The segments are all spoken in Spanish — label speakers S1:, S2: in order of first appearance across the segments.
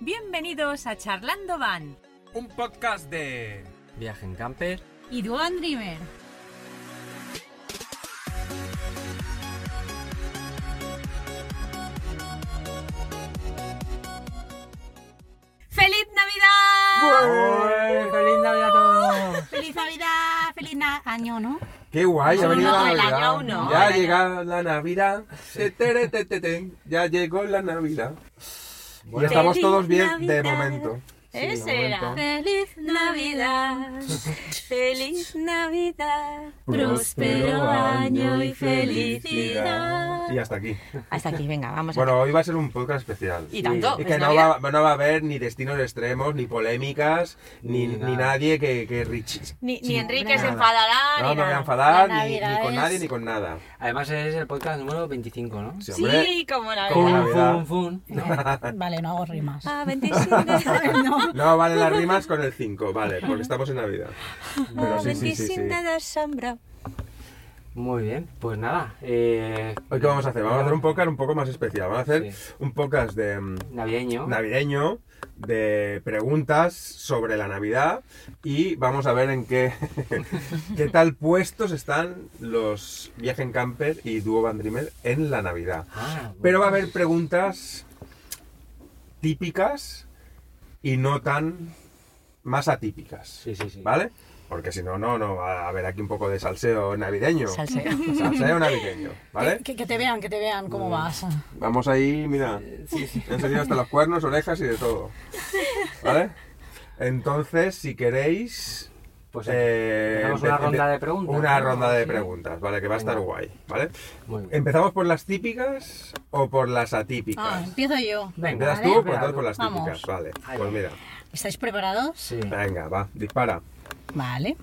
S1: Bienvenidos a Charlando Van
S2: Un podcast de...
S3: Viaje en camper.
S4: y Duan Dreamer. ¡Feliz Navidad!
S3: ¡Ué! ¡Feliz Navidad a todos!
S4: ¡Feliz Navidad! ¡Feliz na- año, ¿no?
S5: Qué guay, ha
S6: No,
S5: venido
S6: no,
S5: la
S6: el año
S5: Navidad.
S6: aún no.
S5: Ya
S6: El año-
S5: llega la Navidad. Se tere, te, te, te. Ya llegó la Navidad. Y estamos
S4: Feliz
S5: todos bien de
S4: Navidad.
S5: momento.
S6: Ese era.
S4: ¡Feliz Navidad!
S6: Feliz Navidad.
S4: Próspero año y
S5: Y hasta aquí.
S6: Hasta aquí, venga, vamos. a-
S5: Bueno, hoy va a ser un podcast especial.
S6: Y tanto.
S5: Y
S6: es
S5: que no
S6: Navidad.
S5: va, no va a haber ni destinos extremos, ni polémicas, ni,
S3: Ni
S5: ni
S3: nada.
S5: nadie que, que Richie.
S6: Ni, ni Enrique
S5: nada.
S6: se enfadará.
S5: No
S6: ni
S5: me voy a
S6: nada.
S5: enfadar
S4: La
S5: ni, ni
S4: Navidad
S5: con
S4: es-
S5: nadie ni con nada.
S3: Además es el podcast número 25, ¿no?
S5: Sí, hombre.
S6: Sí, como
S5: Como
S6: Navidad.
S3: Fun,
S5: Navidad.
S3: fun, fun.
S4: Vale, no hago rimas.
S6: Ah, 27.
S5: No valen las rimas con el 5, vale, porque estamos en Navidad. Pero sí, sí, sí, sí.
S6: 25 de sombra.
S3: Muy bien, pues nada. Eh,
S5: Hoy qué vamos a hacer? Vamos a hacer un podcast un poco más especial. Vamos a hacer
S3: Sí.
S5: un podcast de mm,
S3: Navideño.
S5: navideño, de preguntas sobre la Navidad y vamos a ver en qué qué tal puestos están los Viaje en Camper y Dúo Van Dreamer en la Navidad.
S3: Ah, bueno.
S5: Pero va a haber preguntas típicas y no tan más atípicas.
S3: Sí, sí, sí.
S5: ¿Vale? Porque si no, no, no va a haber aquí un poco de salseo navideño.
S6: Salseo.
S5: Salseo navideño, ¿vale?
S4: Que, que te vean, que te vean cómo vas. Ah,
S5: Vamos ahí, mira. He enseñado hasta los cuernos, orejas y de todo. ¿Vale? Entonces, si queréis.
S3: Pues
S5: eh,
S3: empezamos una
S5: empe-
S3: ronda
S5: empe-
S3: de preguntas,
S5: Una
S3: ¿no?
S5: ronda de
S3: Sí.
S5: preguntas, ¿vale? Que va a estar
S3: Venga.
S5: guay, ¿vale?
S3: Muy bien.
S5: ¿Empezamos por las típicas o por las atípicas?
S4: Ah, empiezo yo.
S3: Venga,
S5: ¿Empiezas
S3: vale,
S5: tú? Pues
S3: venga,
S5: entonces por las
S4: Vamos.
S5: típicas, vale.
S3: Ahí
S5: Pues
S3: va.
S5: mira.
S4: ¿Estáis preparados?
S3: Sí.
S5: Venga, va, dispara.
S4: Vale.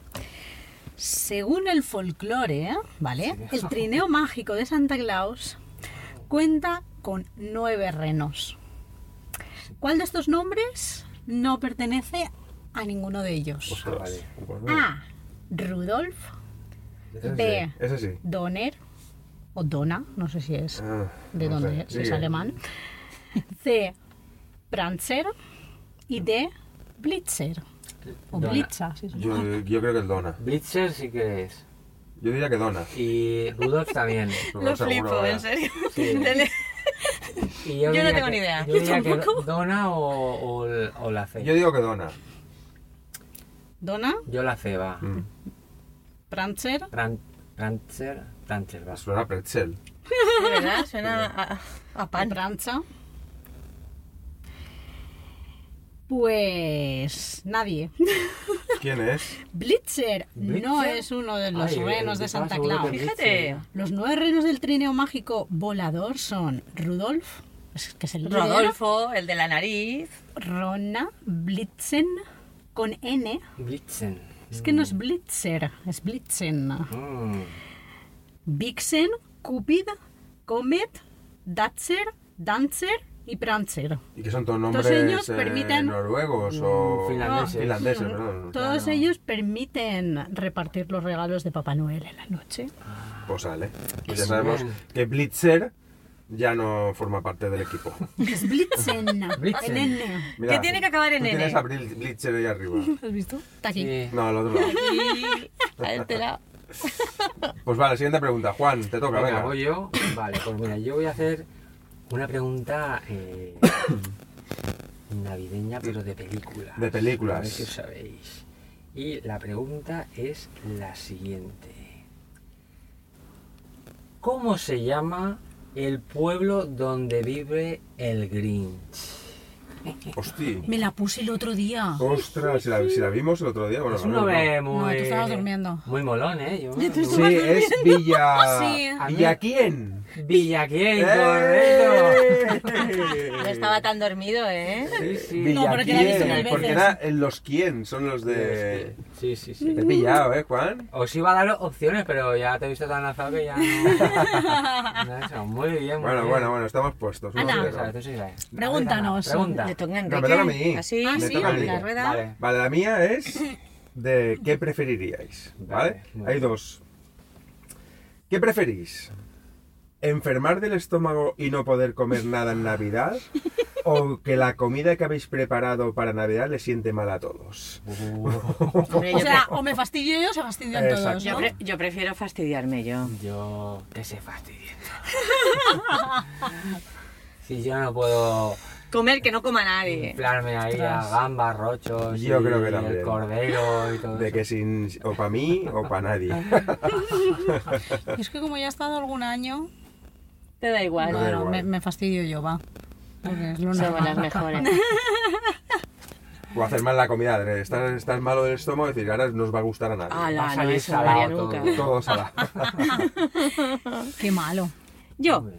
S4: Según el folclore, ¿eh? ¿vale? El trineo mágico de Santa Claus cuenta con nueve renos. ¿Cuál de estos nombres no pertenece a ninguno de ellos?
S3: Ah, vale.
S5: Pues mira,
S4: A. Rudolf,
S5: ese sí,
S4: B.
S5: Ese sí.
S4: Donner o Dona, no sé si es
S5: Ah,
S4: de
S5: no
S4: dónde
S5: sé,
S4: es, si es
S5: sigue.
S4: alemán. C. Pranzer y D. Blitzer o
S3: Dona.
S4: Blitza. si es-
S5: Yo, yo creo que es Dona.
S3: Blitzer sí que es.
S5: Yo diría que Dona.
S3: Y Rudolf también.
S5: pero seguro, eh. vaya.
S6: serio.
S3: Sí. Y
S6: Yo no
S3: diría
S6: tengo
S3: que-
S6: ni idea.
S3: Yo diría que Dona o, o, el- o la C.
S5: Yo
S3: Yo,
S5: digo que Dona.
S4: Dona,
S3: la C va.
S5: Mm.
S4: Pranzer
S3: Pran- Prancher, Prancher va.
S5: Suena a pretzel.
S6: De verdad, suena a, a
S4: pan.
S6: pan.
S4: Pues nadie.
S5: ¿Quién es?
S4: Blitzer no
S3: ¿Blitzer?
S4: es uno de los
S3: Ay,
S4: renos de
S3: estaba
S4: Santa
S3: seguro
S4: Claus.
S3: que
S6: Fíjate.
S4: Los nueve renos del trineo mágico volador son Rudolf, es- que es el líder,
S6: Rodolfo, el de la nariz.
S4: Rona, Blitzen, con N.
S3: Blitzen.
S4: Es que no es Blitzer, es Blitzen.
S3: Mm.
S4: Vixen, Cupid, Comet, Datzer, Dancer y Prancer.
S5: Y que son todos nombres
S4: ellos
S5: eh,
S4: permiten-
S5: noruegos o
S3: Mm, finlandeses.
S5: finlandeses, perdón.
S4: Todos ellos permiten repartir los regalos de Papá Noel en la noche.
S5: Pues sale. Y ya sabemos que Blitzer ya no forma parte del equipo.
S4: Es Blitzen.
S3: Blitzen.
S4: El N.
S5: Mira,
S6: Que tiene que acabar en
S5: tú
S6: N.
S5: Tienes a Bl- Blitzer ahí arriba.
S4: ¿Has visto? Está aquí.
S3: Sí.
S5: No, al otro lado.
S6: Y a este lado.
S5: Pues vale, siguiente pregunta. Juan, te toca,
S3: Venga,
S5: venga.
S3: voy yo. Vale, pues mira, yo voy a hacer una pregunta eh, navideña, pero de película.
S5: De películas.
S3: A ver si os sabéis. Y la pregunta es la siguiente. ¿Cómo se llama el pueblo donde vive el Grinch?
S5: Hosti.
S4: Me la puse el otro día.
S5: Ostras, si la, si la vimos el otro día, bueno,
S3: Es un
S5: no, no.
S3: nombre
S4: No,
S3: muy...
S4: tú estabas durmiendo.
S3: Muy molón, ¿eh? Yo,
S5: Sí, es Villa...
S4: Sí.
S5: ¿Villa quién?
S3: Villaquién, correcto.
S5: ¡Eh!
S6: No estaba tan dormido, ¿eh?
S3: Sí, sí.
S4: No, pero que la he visto mil
S5: Villaquién, porque
S4: veces.
S5: era en los quién, son los de...
S3: Sí, sí,
S5: Te
S3: sí.
S5: he pillado, ¿eh, Juan?
S3: Os iba a dar opciones, pero ya te he visto tan lanzado que ya no. no eso, muy bien, muy
S5: Bueno,
S3: bien.
S5: bueno, bueno, estamos puestos. uno
S4: Ana.
S5: a
S3: Tú
S5: cero.
S3: sabes, tú sí sabes.
S4: Pregúntanos.
S3: Pregunta.
S6: Le toca a
S5: No, me toca a mí.
S6: Enrique. Así,
S4: Ah,
S5: me
S4: sí,
S5: toca a mí.
S4: la rueda.
S3: Vale.
S5: Vale, la mía es de qué preferiríais, ¿vale?
S3: Vale, muy
S5: Hay
S3: bien.
S5: dos. ¿Qué preferís? ¿Enfermar del estómago y no poder comer nada en Navidad? o que la comida que habéis preparado para Navidad le siente mal a todos.
S6: Hombre, yo,
S4: O sea, o me fastidio yo o se fastidian
S5: Exacto.
S4: todos,
S6: yo
S4: ¿no?
S6: pre- yo prefiero fastidiarme yo.
S3: Yo que se fastidien. si yo no puedo
S6: Comer que no coma nadie.
S3: inflarme
S4: Eh,
S3: ahí a
S4: Ostras.
S3: gambas, rochos,
S5: Yo
S3: y
S5: creo que
S3: el
S5: también.
S3: cordero y todo
S5: De
S3: eso.
S5: que sin, o para mí o para nadie.
S4: Y es que como ya he estado algún año,
S6: Te da igual.
S5: No, da
S4: bueno,
S5: igual.
S4: me, me fastidio yo, va. Porque es lo
S6: Somos
S4: normal.
S6: las mejores.
S5: O hacer mal la comida, de estar, estar malo del estómago y decir, ahora no os va a gustar a nadie.
S4: Ah,
S3: Va a
S6: Ala, no
S3: salir
S6: eso no lo haría
S3: salado
S6: nunca.
S3: todo.
S5: Todos a la...
S4: Qué malo.
S6: Yo,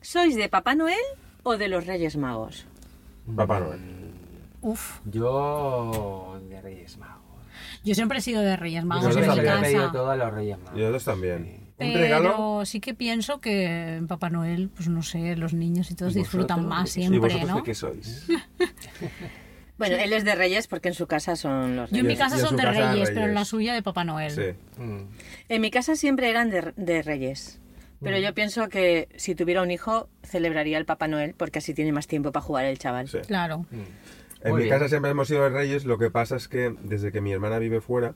S6: ¿sois de Papá Noel o de los Reyes Magos?
S5: Papá Noel.
S4: Uf.
S3: Yo de Reyes Magos.
S4: Yo siempre he sido de Reyes Magos
S5: Nosotros
S4: en mi
S5: también.
S3: he pedido
S4: casa.
S3: todo a los Reyes Magos.
S5: Y otros también. Un regalo.
S4: Pero sí que pienso que en Papá Noel, pues no sé, los niños y todos
S3: ¿Y
S4: disfrutan
S3: vosotros?
S4: más
S5: ¿Y
S4: siempre,
S5: vosotros
S4: ¿no?
S5: de qué sois?
S6: Bueno, él es de Reyes porque en su casa son los
S4: Yo
S6: Reyes.
S4: en mi casa
S5: y en
S4: son
S5: su
S4: de
S5: casa
S4: reyes,
S5: Reyes.
S4: pero en la suya de Papá Noel.
S5: Sí.
S3: Mm.
S6: En mi casa siempre eran de, de Reyes. Pero
S5: Mm.
S6: yo pienso que si tuviera un hijo, celebraría el Papá Noel porque así tiene más tiempo para jugar el chaval.
S5: Sí.
S4: Claro.
S5: En
S3: Muy
S5: mi
S3: bien.
S5: casa siempre hemos sido de Reyes, lo que pasa es que desde que mi hermana vive fuera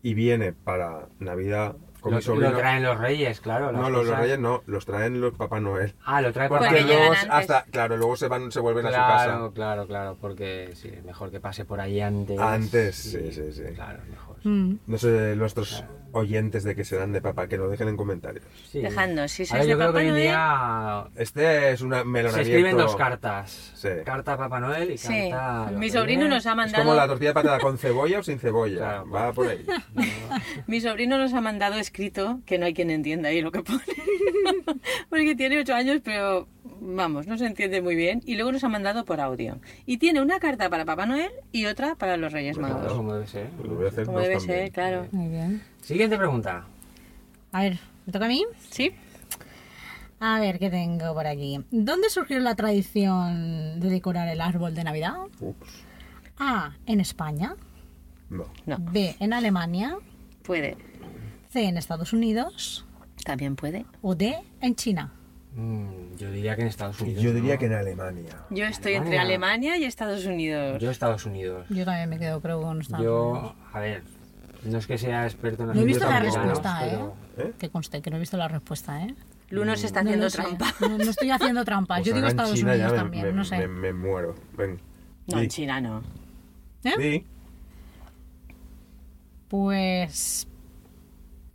S5: y viene para Navidad con
S3: Lo,
S5: mi sobrino...
S3: lo traen los Reyes, claro. las
S5: no, los, los
S3: cosas-
S5: Reyes no, los traen los Papá Noel.
S3: Ah, lo traen
S5: Porque
S3: papá.
S6: llegan
S5: luego,
S6: antes.
S5: hasta, claro, luego se van, se vuelven a su
S3: Claro, claro, claro, porque sí, mejor que pase por ahí antes.
S5: Antes,
S3: y-
S5: sí, sí, sí.
S3: Claro, mejor.
S4: Mm.
S5: casa. No sé, nuestros oyentes de que serán de papá, que lo dejen en comentarios.
S3: Sí.
S6: Dejadnos, si
S3: A
S6: sois
S3: ver, yo
S6: de
S3: creo que
S6: Papá
S3: hoy en
S6: Noel...
S3: día
S5: Este es una melón
S3: se
S5: abierto.
S3: escriben dos cartas.
S5: Sí.
S3: Carta a Papá Noel y
S6: Sí,
S3: carta a los
S6: mi sobrino
S3: Reyes.
S6: nos ha
S5: ¿eh? Es como
S6: mandado,
S5: la tortilla de patata con cebolla o sin cebolla.
S3: Claro.
S5: Va por ahí.
S6: mi sobrino nos ha mandado escrito que no hay quien entienda ahí lo que pone, porque tiene ocho años, pero vamos, no se entiende muy bien. Y luego nos ha mandado por audio y tiene una carta para Papá Noel y otra para los Reyes
S3: Claro,
S6: Magos.
S3: como debe ser.
S5: Pues lo voy a hacer
S6: Como
S5: dos
S6: debe
S5: también.
S6: ser, claro.
S4: Muy bien.
S3: Siguiente pregunta.
S4: A ver, ¿me toca a mí?
S6: Sí.
S4: A ver, ¿qué tengo por aquí? ¿Dónde surgió la tradición de decorar el árbol de Navidad?
S5: Ups.
S4: A. En España.
S5: No.
S6: No.
S4: B. En Alemania.
S6: Puede.
S4: C. En Estados Unidos.
S6: También puede.
S4: O D. En China.
S3: Mm, yo diría que en Estados Unidos.
S5: Yo diría
S3: ¿no?
S5: que en Alemania.
S6: Yo estoy entre Alemania y Estados Unidos.
S3: Yo Estados Unidos.
S4: Yo también me quedo, creo, con Estados Unidos.
S3: Yo, a ver, no es que sea experto en
S4: Ah. No he visto la
S3: asuntos americanos,
S4: respuesta, ¿eh?
S3: pero-
S5: ¿Eh?
S4: Que conste que no he visto la respuesta, ¿eh?
S6: Luno se está
S4: No
S6: haciendo
S4: lo sé.
S6: trampa.
S4: No, no estoy haciendo trampa.
S5: Pues
S4: Ah, Yo digo
S5: acá en
S4: Estados
S5: China ya
S4: Unidos
S5: me-
S4: también,
S5: me,
S4: no sé.
S5: Me, me muero. Ven.
S6: No,
S5: Di.
S6: en China no.
S4: ¿Eh?
S5: Di.
S4: Pues.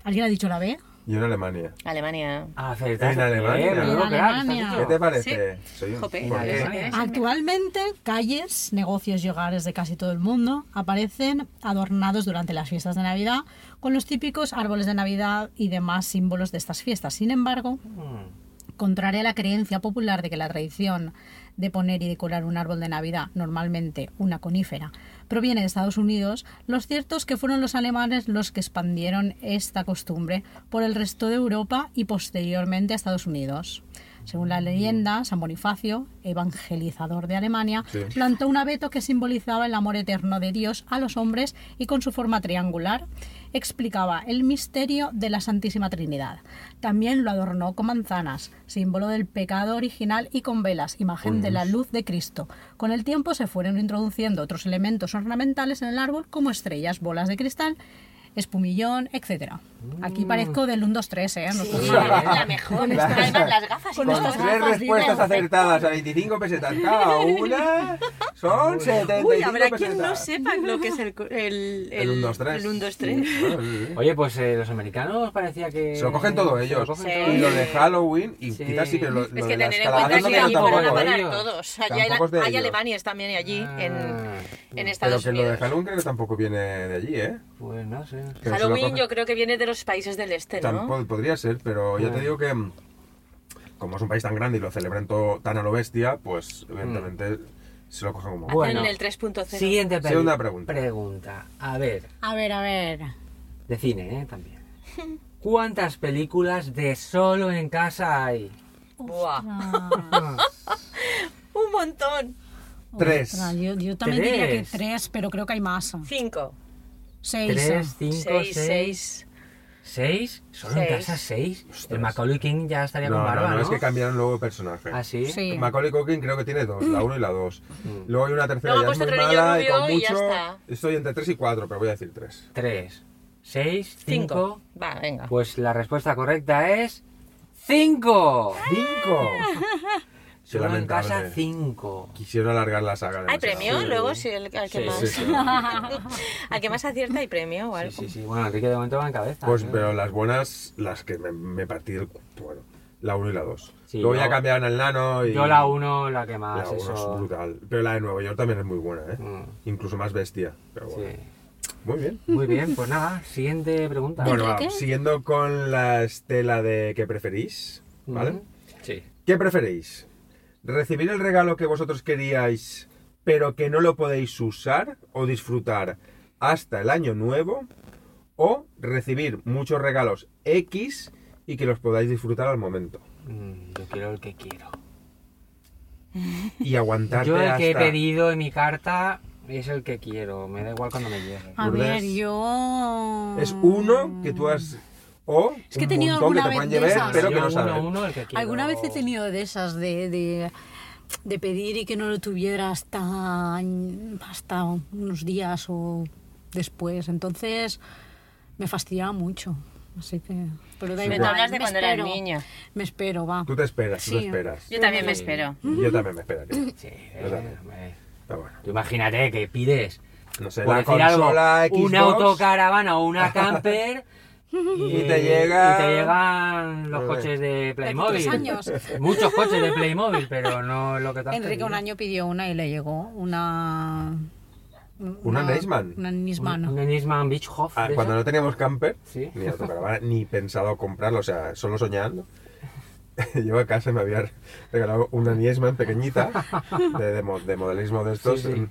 S4: ¿Alguien ha dicho la B?
S5: Yo en Alemania.
S6: Alemania.
S3: Acertaste,
S5: En Alemania.
S3: ¿eh? Menudo
S4: En
S3: crack,
S4: Alemania.
S3: estás
S5: ¿Qué
S3: hecho.
S5: te parece? Soy un...
S6: Jope.
S5: ¿Por
S3: Vale.
S5: qué?
S6: ese- ese-
S4: Actualmente, calles, negocios y hogares de casi todo el mundo aparecen adornados durante las fiestas de Navidad con los típicos árboles de Navidad y demás símbolos de estas fiestas. Sin embargo,
S3: Mm.
S4: contraria a la creencia popular de que la tradición de poner y decorar un árbol de Navidad, normalmente una conífera, proviene de Estados Unidos, lo cierto es que fueron los alemanes los que expandieron esta costumbre por el resto de Europa y posteriormente a Estados Unidos. Según la leyenda, San Bonifacio, evangelizador de Alemania,
S5: Sí.
S4: plantó un abeto que simbolizaba el amor eterno de Dios a los hombres y con su forma triangular explicaba el misterio de la Santísima Trinidad. También lo adornó con manzanas, símbolo del pecado original, y con velas, imagen de la luz de Cristo. Con el tiempo se fueron introduciendo otros elementos ornamentales en el árbol como estrellas, bolas de cristal, espumillón, etcétera. Aquí parezco del 1, 2, 3, ¿eh? No estoy-
S6: la mejor. Además, las gafas y
S4: Con
S5: Con
S4: estas
S5: tres
S4: gafas
S5: respuestas
S4: digo,
S5: acertadas a 25 pesetas cada una, son 75
S6: Uy, habrá quien
S5: pesetas.
S6: no sepa lo que es el... El,
S5: El 1, 2, 3.
S6: El 1, 2, 3.
S3: Oye, pues eh, los americanos parecía que...
S5: Se lo cogen todos
S3: se
S5: ellos.
S3: lo cogen
S6: Sí.
S5: Y
S3: todos.
S5: lo de Halloween, y
S3: Sí.
S5: quizás sí, pero lo,
S6: Es
S5: lo de
S6: que
S5: las
S6: tener en cuenta
S5: calabazadas
S6: que ¿eh?
S5: no me
S6: allí
S3: tampoco
S6: fueron a
S5: tampoco, ¿eh?
S3: de
S6: parar
S3: ellos.
S6: todos. Allá
S5: Tampoco es de
S6: hay
S5: ellos.
S6: Alemanias también y allí,
S3: Ah.
S6: en, en
S5: Pero
S6: Estados
S5: que lo de
S6: Unidos.
S5: Halloween creo que tampoco viene de allí, ¿eh?
S3: Pues no sé.
S5: Pero se lo
S6: Halloween
S5: cogen-
S6: yo creo que viene de los países del este, ¿no?
S5: Tampoco- podría ser, pero ya te digo que mm, como es un país tan grande y lo celebran todo tan a lo bestia, pues evidentemente
S6: Mm.
S5: se lo cogen como...
S3: Bueno.
S6: En el 3.0.
S3: Siguiente pre-
S5: Segunda pregunta.
S3: pregunta. A ver,
S4: A ver, a ver.
S3: de cine, ¿eh? También. ¿Cuántas películas de solo en casa hay?
S6: Buah,
S4: Ah,
S6: un montón.
S5: Tres.
S4: ostras, Ah, yo, yo también
S3: Tres.
S4: diría que tres, pero creo que hay más.
S6: Cinco.
S4: Seis. eh.
S3: Tres, cinco,
S6: Seis,
S3: seis.
S6: seis.
S3: ¿Seis? ¿Solo en
S6: Seis.
S3: casa seis?
S5: Ostras.
S3: El Macaulay King ya estaría
S5: No,
S3: con barba,
S5: no,
S3: ¿no?
S5: no, es que cambiaron luego de personaje.
S3: ¿Ah, sí? Mm.
S4: Sí.
S5: Macaulay Culkin creo que tiene dos, la uno y la dos. Luego hay una tercera
S6: Luego
S5: ya
S6: ha
S5: es
S6: puesto
S5: muy
S6: otro niño
S5: mala y
S6: rubio
S5: con
S6: y ya
S5: mucho.
S6: está.
S5: Estoy entre tres y cuatro, pero voy a decir tres.
S3: Tres. ¿Seis? ¿Cinco?
S6: Cinco. Va, venga.
S3: Pues la respuesta correcta es... ¡Cinco!
S5: ¡Cinco! Qué
S3: Solo en
S5: lamentable.
S3: casa cinco.
S5: Quisieron alargar la saga.
S6: Ah, ¿Hay
S5: demasiado.
S6: premio luego? Sí, el, al que
S3: Sí,
S6: más.
S5: pues sí, sí.
S6: al que más acierta hay premio o
S3: Sí,
S6: algo.
S3: sí, sí. Bueno, Enrique de momento va en cabeza. ¿eh?
S5: Pues,
S3: ¿no?
S5: pero las buenas, las que me, me partí el cu- bueno, la 1 y la 2.
S3: Sí,
S5: Luego ya
S3: yo-
S5: cambiaron al nano y...
S3: Yo la uno, la que más,
S5: La 1
S3: eso...
S5: es brutal. Pero la de Nueva York también es muy buena, ¿eh?
S3: Mm.
S5: Incluso más bestia. Pero bueno.
S3: Sí.
S5: Muy bien.
S3: Muy bien, pues nada, siguiente pregunta.
S5: Bueno, va,
S4: Enrique?
S5: siguiendo con la estela de ¿qué preferís? ¿Vale?
S3: Mm. Sí.
S5: ¿Qué preferís? ¿Recibir el regalo que vosotros queríais pero que no lo podéis usar o disfrutar hasta el año nuevo? ¿O recibir muchos regalos X y que los podáis disfrutar al momento?
S3: Mm, Yo quiero el que quiero.
S5: Y aguantarte
S3: Yo el que he
S5: hasta-
S3: pedido en mi carta es el que quiero. Me da igual cuando me llegue.
S4: A ver,
S5: Lourdes.
S4: yo... Mm,
S5: Es uno que tú has... O
S4: Es que he
S5: un
S4: tenido
S5: montón que
S4: alguna
S5: te pueden
S4: vez de
S5: llevar,
S4: esas.
S5: pero que
S3: Yo
S5: no
S3: uno,
S5: saben.
S3: uno, el que quiero.
S4: Alguna vez he tenido de esas de, de, de pedir y que no lo tuviera hasta, hasta unos días o después. Entonces me fastidiaba mucho. Así que. Pero da
S5: Pero
S4: igual,
S6: hablas de
S4: me
S6: cuando eras
S4: espero.
S6: niña.
S4: Me espero, va.
S5: Tú te esperas, tú
S4: Sí.
S5: te esperas.
S6: Yo también me espero.
S5: Yo también me esperaría.
S3: Sí,
S5: Yo
S3: eh,
S5: también.
S3: hombre.
S5: Pero bueno,
S3: Tú imagínate que pides,
S5: no sé,
S3: por
S5: la
S3: decir algo,
S5: consola Xbox...
S3: una autocaravana o una camper...
S5: Y te llega-
S3: y te llegan los
S5: Joder.
S3: coches de Playmobil.
S4: tres años.
S3: Muchos coches de Playmobil, pero no lo que te has
S4: Enrique
S3: pedido.
S4: un año pidió una y le llegó una.
S5: ¿Una Nisman?
S4: Una Nisman.
S3: Un Nisman Beach Hof.
S5: Ah,
S3: de
S5: cuando
S3: esos.
S5: no teníamos camper,
S3: Sí.
S5: ni autocaravana, ni pensado comprarlo, o sea, solo soñando. Yo a casa me había regalado una Niesman pequeñita de, de mo- de modelismo de estos.
S3: Sí, sí.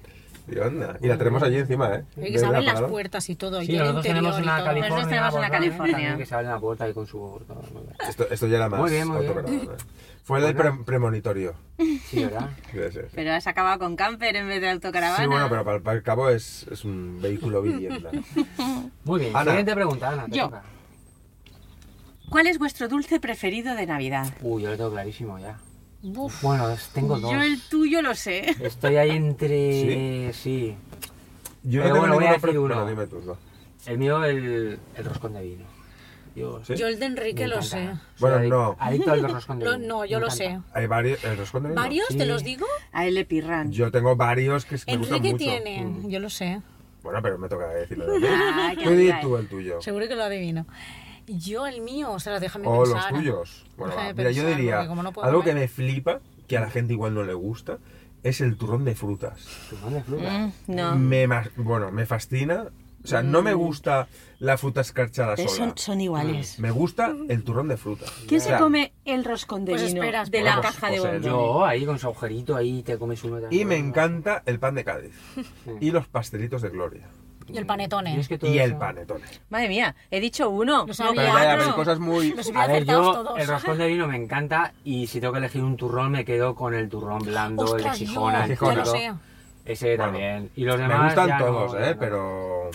S5: Y onda. Y la tenemos allí encima, ¿eh?
S4: Y que
S5: Desde
S4: se abren las
S5: apagado.
S4: puertas y todo. y
S3: Sí,
S4: el
S3: nosotros
S4: interior
S3: tenemos
S4: y
S3: una
S4: todo.
S3: California.
S6: Nosotros tenemos una
S3: Volkswagen
S6: California.
S3: también Que se abre la puerta ahí con su. todo, muy bien.
S5: Esto, esto ya era más
S3: Muy bien, muy bien.
S5: autocaravana. Fue el del pre- premonitorio.
S3: Sí, ¿verdad?
S5: debe ser.
S6: Pero has acabado con camper en vez de autocaravana.
S5: Sí, bueno, pero para, el- para el cabo es, es un vehículo vivienda.
S3: Muy bien.
S5: Ana.
S3: Siguiente pregunta, Ana. te
S6: Yo.
S3: toca.
S6: ¿Cuál es vuestro dulce preferido de Navidad?
S3: Uy, yo lo tengo clarísimo ya.
S4: Buf.
S3: Bueno, es- tengo dos.
S6: Yo el tuyo lo sé.
S3: Estoy ahí entre. ¿Sí?
S5: Yo
S3: Pero bueno, voy a
S5: ninguno
S3: decir
S5: pre-
S3: uno.
S5: Eh, Bueno, dime tú, no.
S3: El mío, el, el roscón de vino. Yo,
S5: ¿Sí?
S4: Yo el de
S3: me
S4: Enrique lo sé.
S3: encanta. Soy
S5: Bueno,
S3: adic-
S5: no.
S3: Adicto al roscón de
S4: Lo-
S3: vino.
S4: no,
S3: Me
S4: yo lo sé.
S3: encanta.
S5: Hay varios. ¿El responde? No.
S4: ¿Varios? ¿Te
S3: Sí.
S4: los digo?
S6: A él le pirran.
S5: Yo tengo varios que es- me gustan
S4: Enrique
S5: mucho.
S4: tiene,
S3: Mm.
S4: yo lo sé.
S5: Bueno, pero me toca decirlo. de mí.
S6: Ah, qué
S5: Tú di
S6: amiga
S5: tú el tuyo.
S4: Seguro que lo adivino. Yo el mío, o sea, déjame
S3: Oh,
S5: O los
S4: pensar.
S5: tuyos. Bueno, va,
S4: Déjame
S5: mira, yo
S4: pensar,
S5: diría,
S4: porque como no puedo
S5: algo que
S4: comer.
S5: me flipa, que a la gente igual no le gusta, es el turrón de frutas.
S3: Turrón de fruta.
S6: Mm, No.
S5: Me ma- bueno, me fascina. O sea, no
S4: Mm.
S5: me gusta la fruta escarchada
S6: Pero
S5: sola. Mm,
S6: Son, son iguales.
S5: Me gusta el turrón de frutas.
S6: ¿Quién
S5: O
S6: se
S5: sea,
S6: come el roscón de
S4: Pues
S6: vino
S4: espera,
S6: de
S5: espera.
S6: la caja de
S5: Pues
S6: bombones?
S3: Yo, ahí con su agujerito, ahí te comes uno
S5: Y me
S3: también.
S5: encanta el pan de Cádiz. Y los pastelitos de Gloria.
S4: Y el panetone.
S3: Y es que todo
S5: Y el
S3: eso-
S5: panetone.
S6: Madre mía, he dicho uno.
S4: Lo
S6: no
S4: sabía.
S5: Pero vaya,
S6: cuatro.
S5: pero hay cosas muy...
S4: Los hubiera
S3: A ver,
S4: acertado
S3: yo
S4: todos.
S3: el roscón de vino me encanta y si tengo que elegir un turrón me quedo con el turrón blando,
S4: Ostras,
S3: el de
S4: yo,
S3: Gijona.
S5: yo
S3: el turrón.
S5: lo
S4: sé.
S3: Ese también. Y los
S5: Me
S3: demás
S5: gustan
S3: ya no,
S5: todos,
S3: ya
S5: ¿eh?
S3: no.
S5: Pero...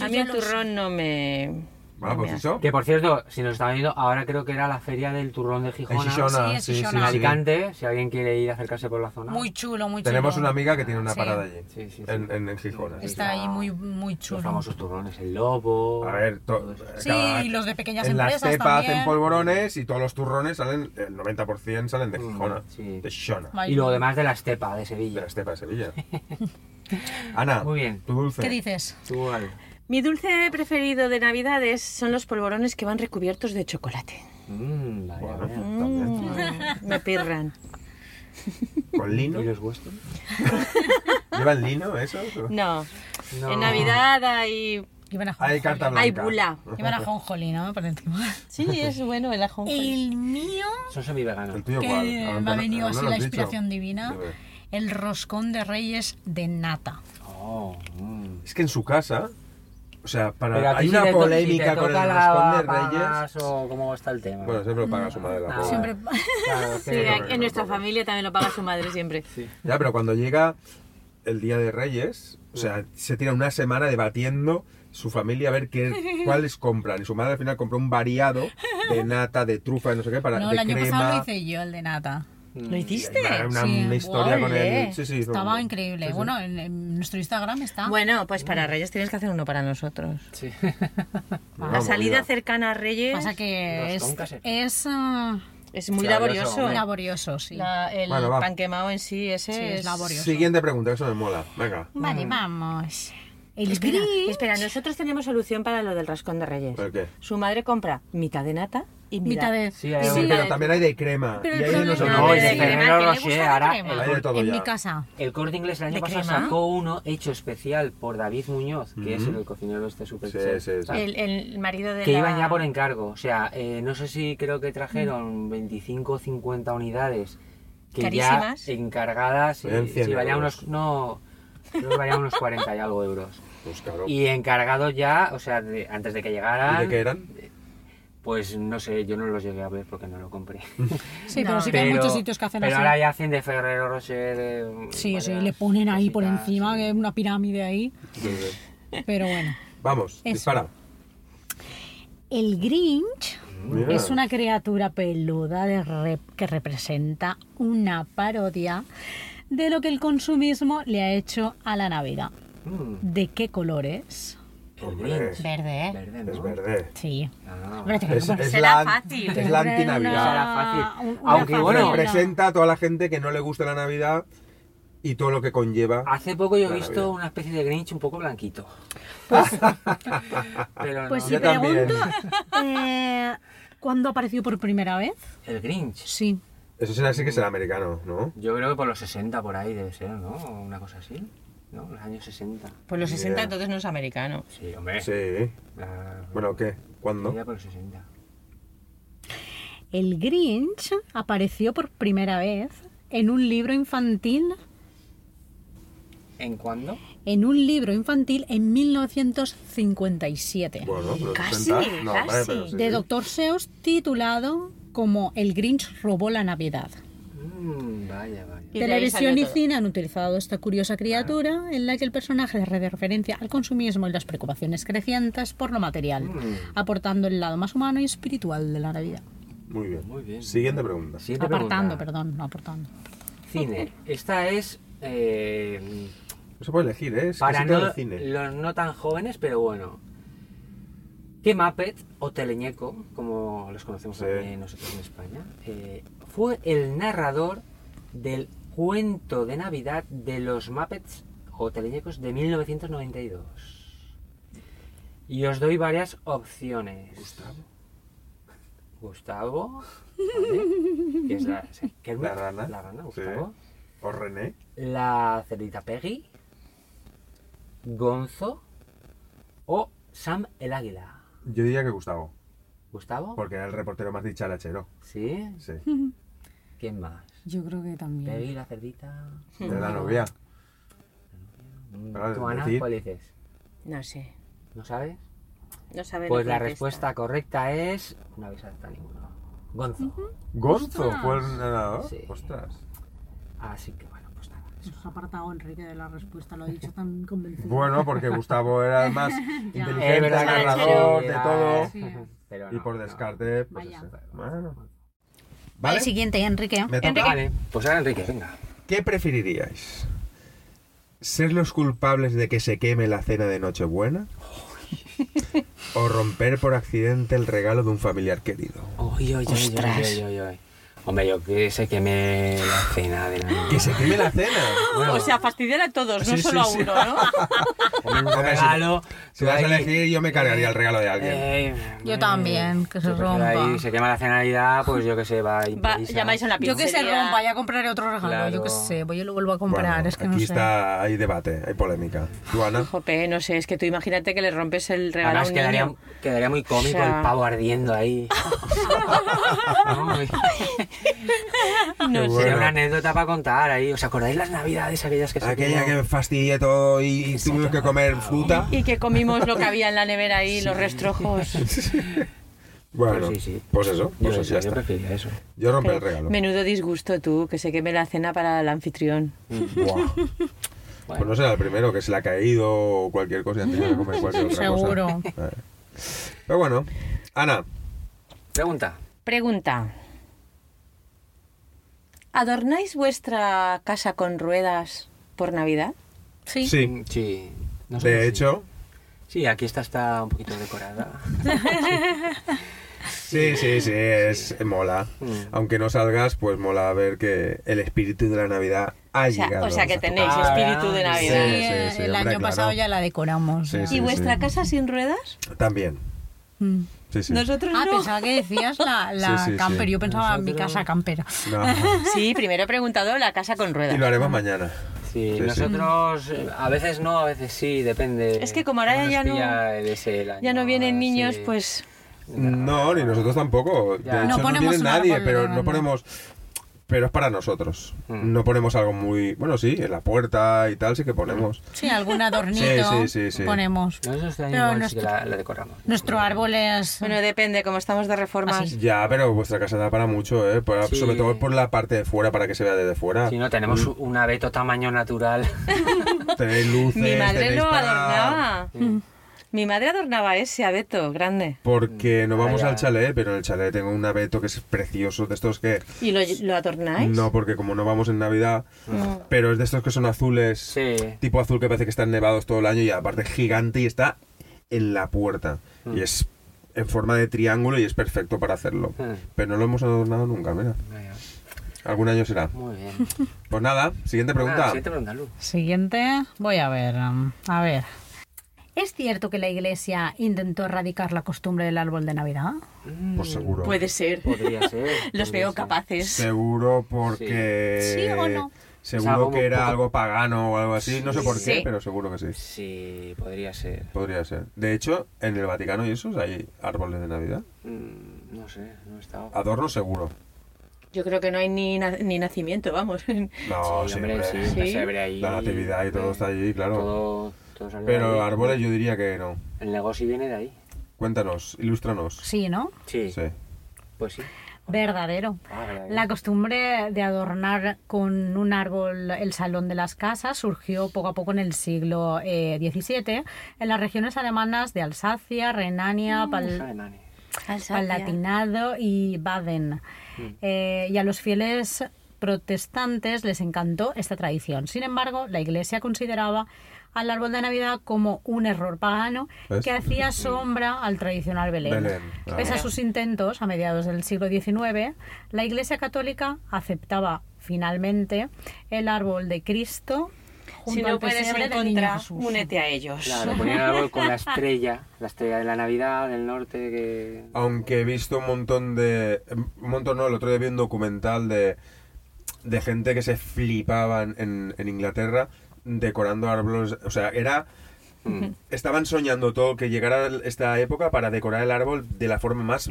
S6: A mí el turrón no me...
S5: Bueno,
S6: no me
S5: pues
S6: hace.
S5: eso.
S3: Que por cierto, si nos están viendo, ahora creo que era la feria del turrón de
S5: En
S3: Gijona.
S5: Shishona,
S4: es
S5: sí, sí,
S4: Shishona.
S3: En
S5: sí.
S3: Alicante, si alguien quiere ir a acercarse por la zona.
S4: Muy chulo, muy chulo.
S5: Tenemos una amiga que tiene una
S4: Sí.
S5: parada allí.
S3: Sí, sí, sí.
S5: En, en, en Gijona.
S4: Está ahí muy, muy
S3: Los
S4: chulo.
S3: famosos turrones, el lobo.
S5: A ver, to-
S4: Sí,
S5: cada-
S4: y los de pequeñas
S5: en
S4: empresas
S5: la cepa
S4: también.
S5: hacen polvorones y todos los turrones salen, el 90% salen de Gijona,
S3: Mm, sí.
S5: de Shona,
S4: Vale.
S3: Y lo demás de la estepa de
S5: de la
S3: Sevilla.
S5: estepa de Sevilla. Ana,
S3: Muy bien.
S5: tu dulce.
S4: ¿Qué dices?
S3: Tú, algo.
S6: Mi dulce preferido de Navidad es- son los polvorones que van recubiertos de chocolate.
S3: Mm, vaya,
S5: Bueno,
S3: vaya.
S5: Ah, también.
S6: Me pirran.
S5: ¿Con lino?
S3: ¿Y los vuestros?
S5: ¿Llevan lino eso?
S6: No.
S3: No.
S6: En Navidad hay...
S4: Iban a
S5: Hay
S4: Jonjoli.
S5: carta blanca.
S6: Hay bula.
S4: Iban a Jonjoli, ¿no? Por encima.
S6: Sí, es bueno el ajonjolí.
S4: El mío,
S3: Son semiveganos.
S5: El tuyo
S4: que
S5: cuál? Ah,
S4: me ha
S5: no-
S4: venido
S5: no
S4: así
S5: lo
S4: la
S5: has dicho.
S4: inspiración divina,
S5: Dime.
S4: el roscón de reyes de nata.
S3: Oh, mm.
S5: Es que en su casa, o sea,
S3: Pero
S5: para,
S3: aquí
S5: hay
S3: si
S5: una
S3: te to- si
S5: polémica
S3: te
S5: con el
S3: toca la
S5: roscón de
S3: pagas
S5: Reyes.
S3: o cómo está el tema.
S5: Bueno, siempre lo paga su madre la
S3: Ah,
S5: pobre.
S4: Siempre
S3: Claro, es
S6: Sí,
S3: que-
S5: Pero-
S6: en nuestra familia también lo paga su madre siempre.
S5: Ya, pero cuando llega el día de Reyes, o sea, se tira una semana debatiendo su familia a ver qué, cuáles compran. Y su madre al final compró un variado de nata, de trufa, de no sé qué, para
S4: No,
S5: de
S4: el año
S5: crema.
S4: pasado lo hice yo, el de nata.
S5: Mm,
S6: ¿Lo hiciste?
S5: Era una,
S4: Sí.
S5: una historia con
S6: Ole.
S5: él. Sí, sí,
S4: Estaba
S5: fue-
S4: increíble.
S5: sí, sí.
S4: Bueno, en, en nuestro Instagram está.
S6: Bueno, pues para Reyes tienes que hacer uno para nosotros.
S3: Sí.
S5: Una
S6: la salida
S5: movida.
S6: cercana a Reyes
S4: Pasa que
S3: Las
S4: es,
S3: concas se-
S4: es ah,
S6: es muy
S3: Claro, eso,
S6: laborioso.
S3: hombre.
S4: laborioso, sí.
S6: La- el
S5: Bueno, va.
S6: pan quemado en sí, ese
S4: Sí, es
S6: es
S4: laborioso.
S5: Siguiente pregunta, eso me mola. Venga.
S4: Vale, vamos. El
S6: Espera,
S4: Grinch.
S6: espera, nosotros tenemos solución para lo del rascón de Reyes.
S5: ¿Pero qué?
S6: Su madre compra mitad de nata y
S4: Mitad de...
S3: Sí, hay
S5: Sí,
S3: un-
S5: pero también hay de crema.
S4: Pero
S5: y
S4: el
S5: hay de
S4: problema-
S5: no Pues sé
S3: No,
S5: qué.
S3: no, el de
S4: Sí.
S3: Ferrero
S4: crema, que le
S3: Rocher,
S4: gusta la
S3: ahora
S4: crema.
S3: el
S5: Hay de todo
S4: en
S5: ya.
S4: mi casa.
S3: El corte inglés el
S6: ¿De
S3: año pasado
S6: crema?
S3: sacó uno hecho especial por David Muñoz, que es
S5: Ujú.
S3: el cocinero este super
S5: Sí,
S3: chef,
S5: sí, sí.
S3: ¿sabes?
S6: El, el marido de
S3: Que
S6: la-
S3: iban ya por encargo. O sea, eh, no sé si creo que trajeron 25 o 50 unidades que
S6: Carísimas.
S3: ya encargadas.
S5: Eran
S3: Y,
S5: 100
S3: si valían
S5: euros.
S3: unos. No, creo que valían unos 40 y algo euros.
S5: Pues claro. ¿Y
S3: Y encargados ya, o sea, de- antes de que llegaran.
S5: de qué eran?
S3: Pues no sé, yo no los llegué a ver porque no lo compré.
S4: Sí,
S6: No.
S4: pero sí que hay muchos sitios que hacen
S3: pero
S4: así.
S3: ahora ya hacen de Ferrero Rocher. de
S4: Sí, sí,
S3: varias
S4: le ponen ahí por
S3: cositas,
S4: encima,
S3: sí.
S4: que es una pirámide ahí.
S5: Sí, sí.
S4: Pero bueno.
S5: Vamos,
S4: Eso.
S5: dispara.
S4: El Grinch
S5: Mira.
S4: es una criatura peluda de rep- que representa una parodia de lo que el consumismo le ha hecho a la Navidad.
S3: Mm,
S4: ¿De qué colores?
S3: el
S5: Hombre,
S3: Grinch.
S6: Verde, ¿eh?
S3: Verde, ¿no?
S5: Es verde.
S4: Sí.
S3: Ah.
S4: Hombre, te creo que
S5: Es,
S4: por-
S5: es
S6: Será
S5: la,
S6: fácil.
S5: Es la antinavidad.
S3: Será fácil.
S4: Una- una
S3: Aunque
S4: fácil,
S3: bueno,
S4: una-
S5: Representa a toda la gente que no le gusta la Navidad y todo lo que conlleva.
S3: Hace poco yo he
S5: La
S3: visto
S5: Navidad.
S3: una especie de Grinch un poco blanquito. Pero no.
S4: Pues si
S5: Yo también.
S4: pregunto, eh, ¿cuándo apareció por primera vez?
S3: El Grinch.
S4: Sí.
S5: Eso será así que será americano, ¿no?
S3: Yo creo que por los 60 por ahí debe ser, ¿no? O Una cosa así. ¿No? Los años 60.
S6: Pues los 60
S5: Bien.
S6: entonces no es americano.
S3: Sí, hombre.
S5: Sí.
S3: La-
S5: Bueno, ¿qué? ¿Cuándo?
S3: Sería por los 60.
S4: El Grinch apareció por primera vez en un libro infantil,
S3: ¿En cuándo?
S4: en un libro infantil en 1957,
S5: Bueno, pero
S6: Casi,
S5: 60. No, vale, pero
S6: casi.
S5: sí,
S4: de
S5: sí.
S4: Dr. Seuss titulado como El Grinch robó la Navidad.
S3: Mm, vaya, vaya.
S6: Y de ahí
S4: Televisión
S6: salió
S4: y
S6: todo.
S4: cine han utilizado esta curiosa criatura en la que el personaje hace referencia al consumismo y las preocupaciones crecientes por lo material,
S5: Mm.
S4: aportando el lado más humano y espiritual de la Navidad.
S5: Muy bien.
S3: Muy bien.
S5: Siguiente pregunta.
S3: Siguiente
S4: Apartando,
S5: ah.
S3: pregunta.
S4: perdón, no aportando.
S3: Cine. Esta es. eh,
S5: No se puede elegir, ¿eh? Es
S3: para
S5: casi todo
S3: no,
S5: el cine.
S3: los no tan jóvenes, pero bueno. ¿Qué Muppet o Teleñeco, como los conocemos
S5: Sí.
S3: también nosotros en España, eh, fue el narrador del cuento de Navidad de los Muppets o Teleñecos de 1992? Y os doy varias opciones. Gustavo. Gustavo. ¿vale? que es la, sí, que es
S5: La rana.
S3: La rana,
S5: Sí.
S3: Gustavo
S5: O René.
S3: la cerdita Peggy, Gonzo o Sam el Águila.
S5: Yo diría que Gustavo,
S3: ¿Gustavo?
S5: porque era el reportero más dicharachero.
S3: ¿Sí?
S5: Sí.
S3: ¿Quién más?
S4: Yo creo que también.
S3: Peggy, la cerdita.
S5: Era la novia.
S3: Mm,
S5: Claro,
S3: ¿Tú, Ana,
S5: decir.
S3: cuál dices?
S6: No sé.
S3: ¿No sabes?
S6: No sabe
S3: Pues
S6: lo
S3: la
S6: que
S3: respuesta correcta es. No habéis acertado ninguno. Gonzo.
S5: Gonzo fue el nadador.
S3: Sí.
S5: Ostras.
S3: Así que bueno, pues nada. eso.
S4: Os ha apartado Enrique de la respuesta, lo ha dicho tan convencido.
S5: Bueno, porque Gustavo era el más
S3: Es
S5: inteligente,
S3: verdad que
S5: narrador,
S3: sí,
S5: de
S3: era-
S5: todo.
S4: Sí.
S3: Pero
S5: Y
S3: no,
S5: por
S3: no.
S5: descarte, pues
S4: Vaya.
S5: eso. Bueno.
S4: Vale,
S5: ¿Vale?
S4: siguiente, Enrique.
S5: Me toca. Ah,
S3: Vale, pues ahora Enrique, venga.
S5: ¿Qué preferiríais? ¿Ser los culpables de que se queme la cena de Nochebuena? ¿O romper por accidente el regalo de un familiar querido?
S3: Oy, oy, oy,
S4: Ostras.
S3: oy, oy, oy. Hombre, yo que sé que me la cena de la
S5: ¡Que se queme la cena!
S3: Bueno,
S6: O sea, fastidiar a todos,
S5: Sí,
S6: no
S5: sí,
S6: solo
S5: sí.
S6: a uno, ¿no?
S3: un
S5: Hombre, si-
S3: regalo.
S5: Si vas a
S3: ahí-
S5: elegir, yo me cargaría el regalo de alguien.
S3: Eh,
S4: Yo
S3: eh,
S4: también, que se
S3: yo prefiero
S4: rompa.
S3: Ahí, se quema la cena de Navidad, pues yo que sé, va y
S6: Va,
S3: improvisa.
S6: llamáis a una
S4: Yo
S6: pizzería.
S4: que se rompa, ya compraré otro regalo,
S3: Claro.
S4: yo que sé, pues yo lo vuelvo a
S5: Bueno,
S4: comprar, es que
S5: aquí
S4: no sé.
S5: está, hay debate, hay polémica. Juana,
S6: Jope, no sé, es que tú imagínate que le rompes el regalo a
S3: Además,
S6: un
S3: quedaría,
S6: niño.
S3: quedaría muy cómico
S6: O sea-
S3: el pavo ardiendo ahí. No,
S5: qué
S3: y- Sería
S5: bueno.
S3: una anécdota para contar ahí. ¿Os acordáis las navidades aquellas que se
S5: Aquella
S3: quemó?
S5: que fastidié todo y tuvimos que comer fruta.
S6: Y que comimos lo que había en la nevera ahí, los rastrojos.
S5: Bueno,
S3: Pues sí, sí.
S5: pues eso,
S3: Yo,
S5: pues eso,
S3: yo
S5: ya está.
S3: preferiría eso.
S5: Yo rompo el
S6: Pero
S5: regalo.
S6: Menudo disgusto tú, que se queme la cena para el anfitrión.
S5: Mm, Buah. Pues no será el primero que se le ha caído o cualquier cosa y han tenido que comer cualquier otra
S4: Seguro.
S5: cosa. Eh. Pero bueno, Ana,
S3: Pregunta.
S6: Pregunta. ¿Adornáis vuestra casa con ruedas por Navidad?
S4: Sí.
S5: sí.
S3: Mm, Sí. nosotros
S5: De
S3: sí.
S5: hecho,
S3: Sí, aquí esta está un poquito decorada.
S5: sí, sí, sí, es mola.
S3: Mm.
S5: Aunque no salgas, pues mola ver que el espíritu de la Navidad ha
S6: O sea,
S5: llegado.
S6: o sea que
S5: hasta tu
S6: tenéis
S3: Ah,
S6: espíritu
S5: Sí,
S6: de
S4: Sí,
S6: Navidad.
S4: eh,
S5: sí, sí,
S4: el
S5: hombre,
S4: año
S5: claro.
S4: pasado ya la decoramos.
S5: Sí,
S4: ya.
S5: sí.
S6: ¿Y vuestra casa sin ruedas?
S5: casa. También.
S4: Mm.
S5: Sí, sí.
S6: Nosotros
S4: Ah,
S6: no.
S4: pensaba que decías la, la
S5: Sí, sí, sí.
S4: camper. Yo pensaba en mi
S3: Nosotros-
S4: casa campera.
S5: No.
S6: Sí, primero he preguntado la casa con
S5: Y
S6: ruedas.
S5: lo haremos mañana.
S3: Sí,
S5: Sí,
S3: nosotros eh, a veces no, a veces sí, depende.
S6: Es que como ahora
S3: Cómo nos
S6: ya no-
S3: pilla el- ese el año,
S6: Ya no
S5: Ah,
S6: vienen niños,
S3: sí.
S6: pues
S5: No, ni nosotros tampoco. De
S3: Ya. No
S5: hecho, no,
S4: ponemos
S5: viene
S4: un
S5: nadie,
S4: árbol
S5: pero
S4: grande.
S5: no ponemos. Pero es para nosotros.
S3: Mm.
S5: No ponemos algo muy. Bueno, sí, en la puerta y tal, sí que ponemos.
S3: Mm.
S4: Sí, algún adornito
S5: Sí, sí, sí, sí.
S4: ponemos.
S3: Nosotros este año
S4: Pero
S3: igual sí
S4: nuestro-
S3: que la, la decoramos.
S4: Nuestro árbol es...
S6: Bueno, depende, como estamos de
S4: Ah,
S6: reformas.
S5: Ya, pero vuestra casa da para mucho, ¿eh? Para-
S3: Sí.
S5: Sobre todo por la parte de fuera, para que se vea desde fuera.
S3: Si no, tenemos
S5: Mm.
S3: u- un abeto tamaño natural.
S5: Tenéis luces.
S6: Mi madre
S5: tenéis
S6: lo
S5: para- Mm.
S6: adornaba. Mi madre adornaba ese abeto grande.
S5: Porque no vamos
S3: Mm. Vaya.
S5: al chalet, pero en el chalet tengo un abeto que es precioso, de estos que...
S6: ¿Y lo, lo adornáis?
S5: No, porque como no vamos en Navidad, pero es de estos que son azules,
S3: Sí.
S5: tipo azul que parece que están nevados todo el año y aparte es gigante y está en la puerta.
S3: Hmm.
S5: Y es en forma de triángulo y es perfecto para hacerlo.
S3: Mm.
S5: Pero no lo hemos adornado nunca, mira.
S3: Vaya,
S5: Algún año será.
S3: Muy bien.
S5: Pues nada, siguiente
S3: Ah,
S5: pregunta.
S3: siguiente pregunta, Lu.
S4: Siguiente, voy a ver. um, A ver. ¿Es cierto que la iglesia intentó erradicar la costumbre del árbol de Navidad?
S5: Pues seguro.
S6: Puede ser.
S3: Podría ser.
S6: Los
S3: podría
S6: veo
S3: ser.
S6: capaces.
S5: Seguro porque...
S4: Sí. ¿Sí o no?
S5: Seguro
S3: O sea, como
S5: que
S3: un
S5: era
S3: poco-
S5: algo pagano o algo así, no sé por qué,
S6: Sí.
S5: pero seguro que sí.
S3: Sí, podría ser.
S5: Podría ser. De hecho, en el Vaticano y esos hay árboles de Navidad.
S3: Mm, no sé, no he estado.
S5: Adorno seguro.
S6: Yo creo que no hay ni, na- ni nacimiento, vamos.
S5: No,
S3: sí,
S5: siempre.
S3: hombre, sí,
S6: Sí.
S3: la pesebre ahí.
S5: La natividad y todo está allí, claro.
S3: Todo, todo salió de
S5: Pero
S3: ahí.
S5: árboles yo diría que no.
S3: El negocio viene de ahí.
S5: Cuéntanos, ilústranos.
S4: Sí, ¿no?
S3: Sí,
S5: Sí.
S3: pues sí.
S4: Verdadero.
S3: Ah, verdad.
S4: La costumbre de adornar con un árbol el salón de las casas surgió poco a poco en el siglo eh, XVII en las regiones alemanas de Alsacia, Renania, Pal-
S3: Alemanes.
S4: Palatinado y Baden.
S5: Mm.
S4: Eh, y a los fieles protestantes les encantó esta tradición. Sin embargo, la Iglesia consideraba al árbol de Navidad como un error pagano
S5: ¿Ves?
S4: que hacía sombra al tradicional Belén.
S5: Belén, claro.
S4: Pese a sus intentos, a mediados del siglo XIX, la Iglesia católica aceptaba finalmente el árbol de Cristo junto
S6: Si
S4: al
S6: no puedes
S4: pesebre
S6: ir
S4: del niño
S6: contra,
S4: Jesús.
S6: únete a ellos.
S3: Claro, ponían árbol con la estrella, la estrella de la Navidad, del norte, que...
S5: Aunque he visto un montón de... Un montón no, el otro día vi un documental de, de gente que se flipaban en, en Inglaterra decorando árboles. O sea, era...
S3: Mm,
S5: Estaban soñando todo que llegara esta época para decorar el árbol de la forma más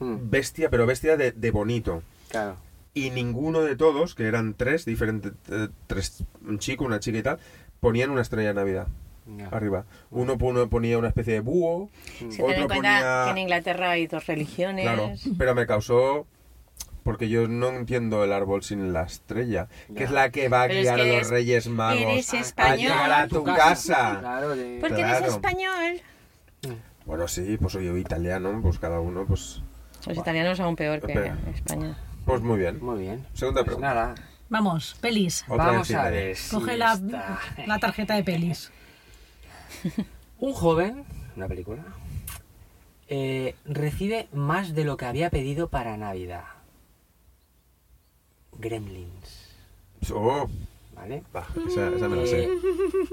S3: Mm,
S5: bestia, pero bestia de, de bonito.
S3: claro.
S5: y ninguno de todos, que eran tres diferentes, eh, tres, un chico, una chica y tal, ponían una estrella de Navidad
S3: ya.
S5: arriba. Uno pone- ponía una especie de búho,
S6: Si ten en
S5: otro
S6: cuenta que en
S5: ponía...
S6: Inglaterra hay dos religiones.
S5: Claro, pero me causó... Porque yo no entiendo el árbol sin la estrella, que
S3: Ya.
S5: es la que va a
S6: Pero es
S5: guiar
S6: que
S5: a
S6: eres-
S5: los Reyes Magos
S6: eres
S5: a
S6: español.
S5: llegar a tu casa.
S3: Claro, de...
S4: Pues-
S6: Porque
S5: Claro.
S6: eres español.
S5: Bueno, sí, pues soy yo italiano, pues cada uno, pues...
S6: Los italianos aún peor que
S5: Espera.
S6: España.
S5: Pues muy bien.
S3: Muy bien.
S5: Segunda
S3: Pues
S5: pregunta.
S3: nada,
S4: Vamos, pelis.
S5: Otra
S3: vamos
S5: vez
S3: a
S5: cine.
S3: ver si
S4: Coge la,
S3: está.
S4: la tarjeta de pelis.
S3: Un joven, una película, eh, recibe más de lo que había pedido para Navidad. Gremlins,
S5: Oh,
S3: ¿vale?
S5: va, esa, esa me la sé.
S3: Eh,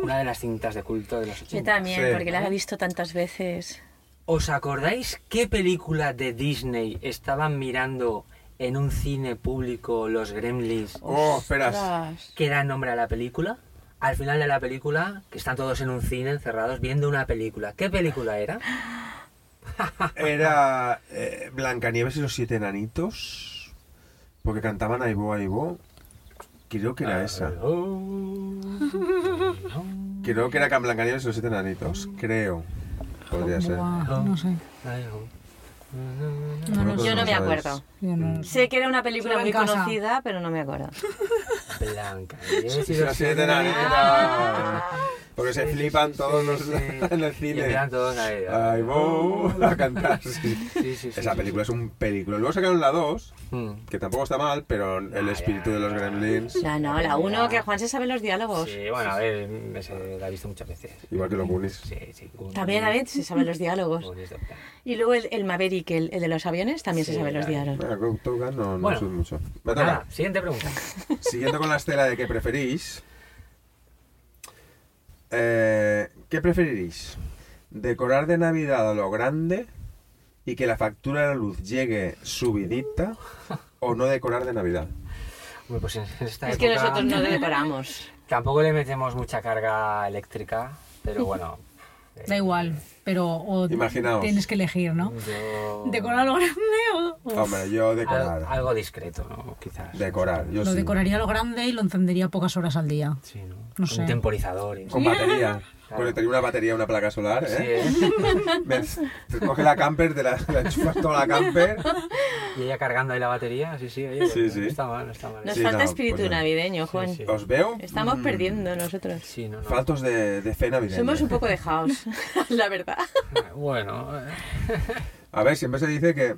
S3: una de las cintas de culto de los 80.
S6: Yo también,
S5: Sí.
S6: porque la he visto tantas veces.
S3: ¿Os acordáis qué película de Disney estaban mirando en un cine público los gremlins
S5: Oh, esperas.
S6: Ostras.
S3: que da nombre a la película? Al final de la película, que están todos en un cine encerrados viendo una película. ¿Qué película era?
S5: Era eh, Blancanieves y los siete enanitos. Porque cantaban Aibo Aibo. Creo que era esa. Creo que era Can Blancanieves y los siete enanitos. Creo. Podría ser.
S4: Buah, no sé.
S5: Vosotros
S6: Yo no me
S5: sabéis.
S6: acuerdo.
S4: Yo no-
S5: Mm.
S6: Sé que era una película
S4: Solo en
S6: muy
S4: casa.
S6: conocida, pero no me acuerdo.
S3: Blanca. Nieves y Ah.
S5: Sí,
S3: los
S5: los siete enanitos. Porque se flipan todos los en el
S3: Y
S5: cine.
S3: empiezan todos ahí.
S5: Ay, voy a cantar. sí.
S3: Uh. Sí, sí, sí,
S5: Esa
S3: sí,
S5: película es un película. Luego sacaron la 2,
S3: Mm.
S5: que tampoco está mal, pero
S3: Ah,
S5: el espíritu de los gremlins,
S6: No, no, la uno que Juan se sabe los diálogos.
S3: Sí, bueno, a ver, me se- la he visto muchas veces.
S5: igual que los Goonies.
S3: Sí, sí. un-
S6: También a ver se sabe los diálogos.
S3: un isdopta.
S6: Y luego el, el Maverick, el, el de los aviones, también se
S3: Sí,
S6: sabe los
S3: claro.
S6: diálogos.
S5: Bueno, con Top Gun no, no
S3: Bueno. pues
S5: soy mucho. Me toca.
S3: Nada, siguiente pregunta.
S5: Siguiendo con la estela de que preferís. eh, ¿Qué preferiréis? ¿Decorar de Navidad a lo grande y que la factura de la luz llegue subidita o no decorar de Navidad?
S3: Bueno, pues en esta
S6: Es que
S3: época
S6: nosotros no decoramos.
S3: Tampoco le metemos mucha carga eléctrica, pero bueno. eh,
S4: Da igual, pero o
S5: Imaginaos. Mm.
S4: tienes que elegir, ¿no?
S3: Yo...
S4: ¿Decorar lo grande o...? o-
S5: Hombre, yo
S3: Al-
S5: decorar.
S3: algo discreto, ¿no? Quizás.
S5: Decorar, yo
S4: Lo
S5: sí.
S4: decoraría lo grande y lo encendería pocas horas al día.
S3: Sí, ¿no?
S4: No
S3: Con
S4: sé.
S3: temporizadores.
S5: Con batería. Conectaría una batería a una placa solar,
S3: Sí,
S5: ¿eh?
S3: ¿eh?
S5: Ves, te coge la camper, te la, la enchufas toda la camper.
S3: Y ella cargando ahí la batería, sí, sí, oye, pues,
S5: Sí,
S3: no
S5: sí.
S3: está mal, no está mal.
S6: Nos
S5: Sí,
S6: falta
S5: no,
S6: espíritu
S5: pues no.
S6: navideño, Juan.
S3: sí.
S5: Os veo mm,
S6: Estamos perdiendo nosotros.
S3: Sí, no, no.
S5: faltos de, de fe navideña.
S6: Somos un poco de caos, la verdad.
S3: Bueno, eh,
S5: A ver, siempre se dice que,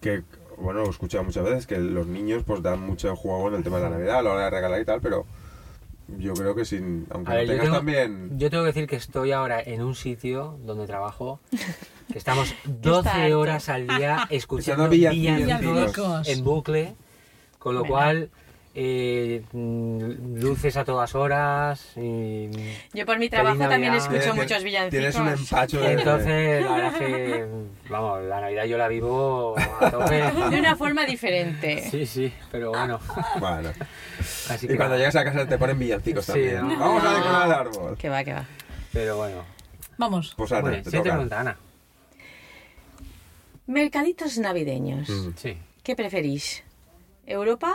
S5: que bueno, lo he escuchado muchas veces, que los niños pues dan mucho juego en el tema de la Navidad, a la hora de regalar y tal, pero yo creo que sin, aunque
S3: a ver,
S5: lo
S3: yo
S5: tengas
S3: tengo,
S5: también...
S3: yo tengo que decir que estoy ahora en un sitio donde trabajo que estamos
S6: Está
S3: 12
S6: harto.
S3: horas al día escuchando
S5: Escuchando villancicos.
S3: villancicos en bucle, con lo
S6: Bueno.
S3: cual eh, mm, luces a todas horas y
S6: Yo por mi trabajo
S3: Navidad.
S6: también escucho
S5: Tienes-
S6: muchos
S5: eh, Tienes un
S6: villancicos.
S5: empacho de...
S3: entonces la verdad es que vamos, la Navidad yo la vivo a tope.
S6: De una forma diferente.
S3: Sí, sí, pero bueno,
S5: Bueno,
S3: así que
S5: y cuando llegas a casa te ponen villancicos
S3: Sí,
S5: también.
S3: ¿no?
S5: Vamos a decorar el árbol.
S6: Que va, que va.
S3: pero bueno.
S4: Vamos.
S5: Pues Ana,
S3: Bueno,
S5: te
S3: siguiente
S5: toca.
S3: pregunta, Ana.
S6: Mercaditos navideños.
S5: Mm.
S3: Sí.
S6: ¿Qué preferís? ¿Europa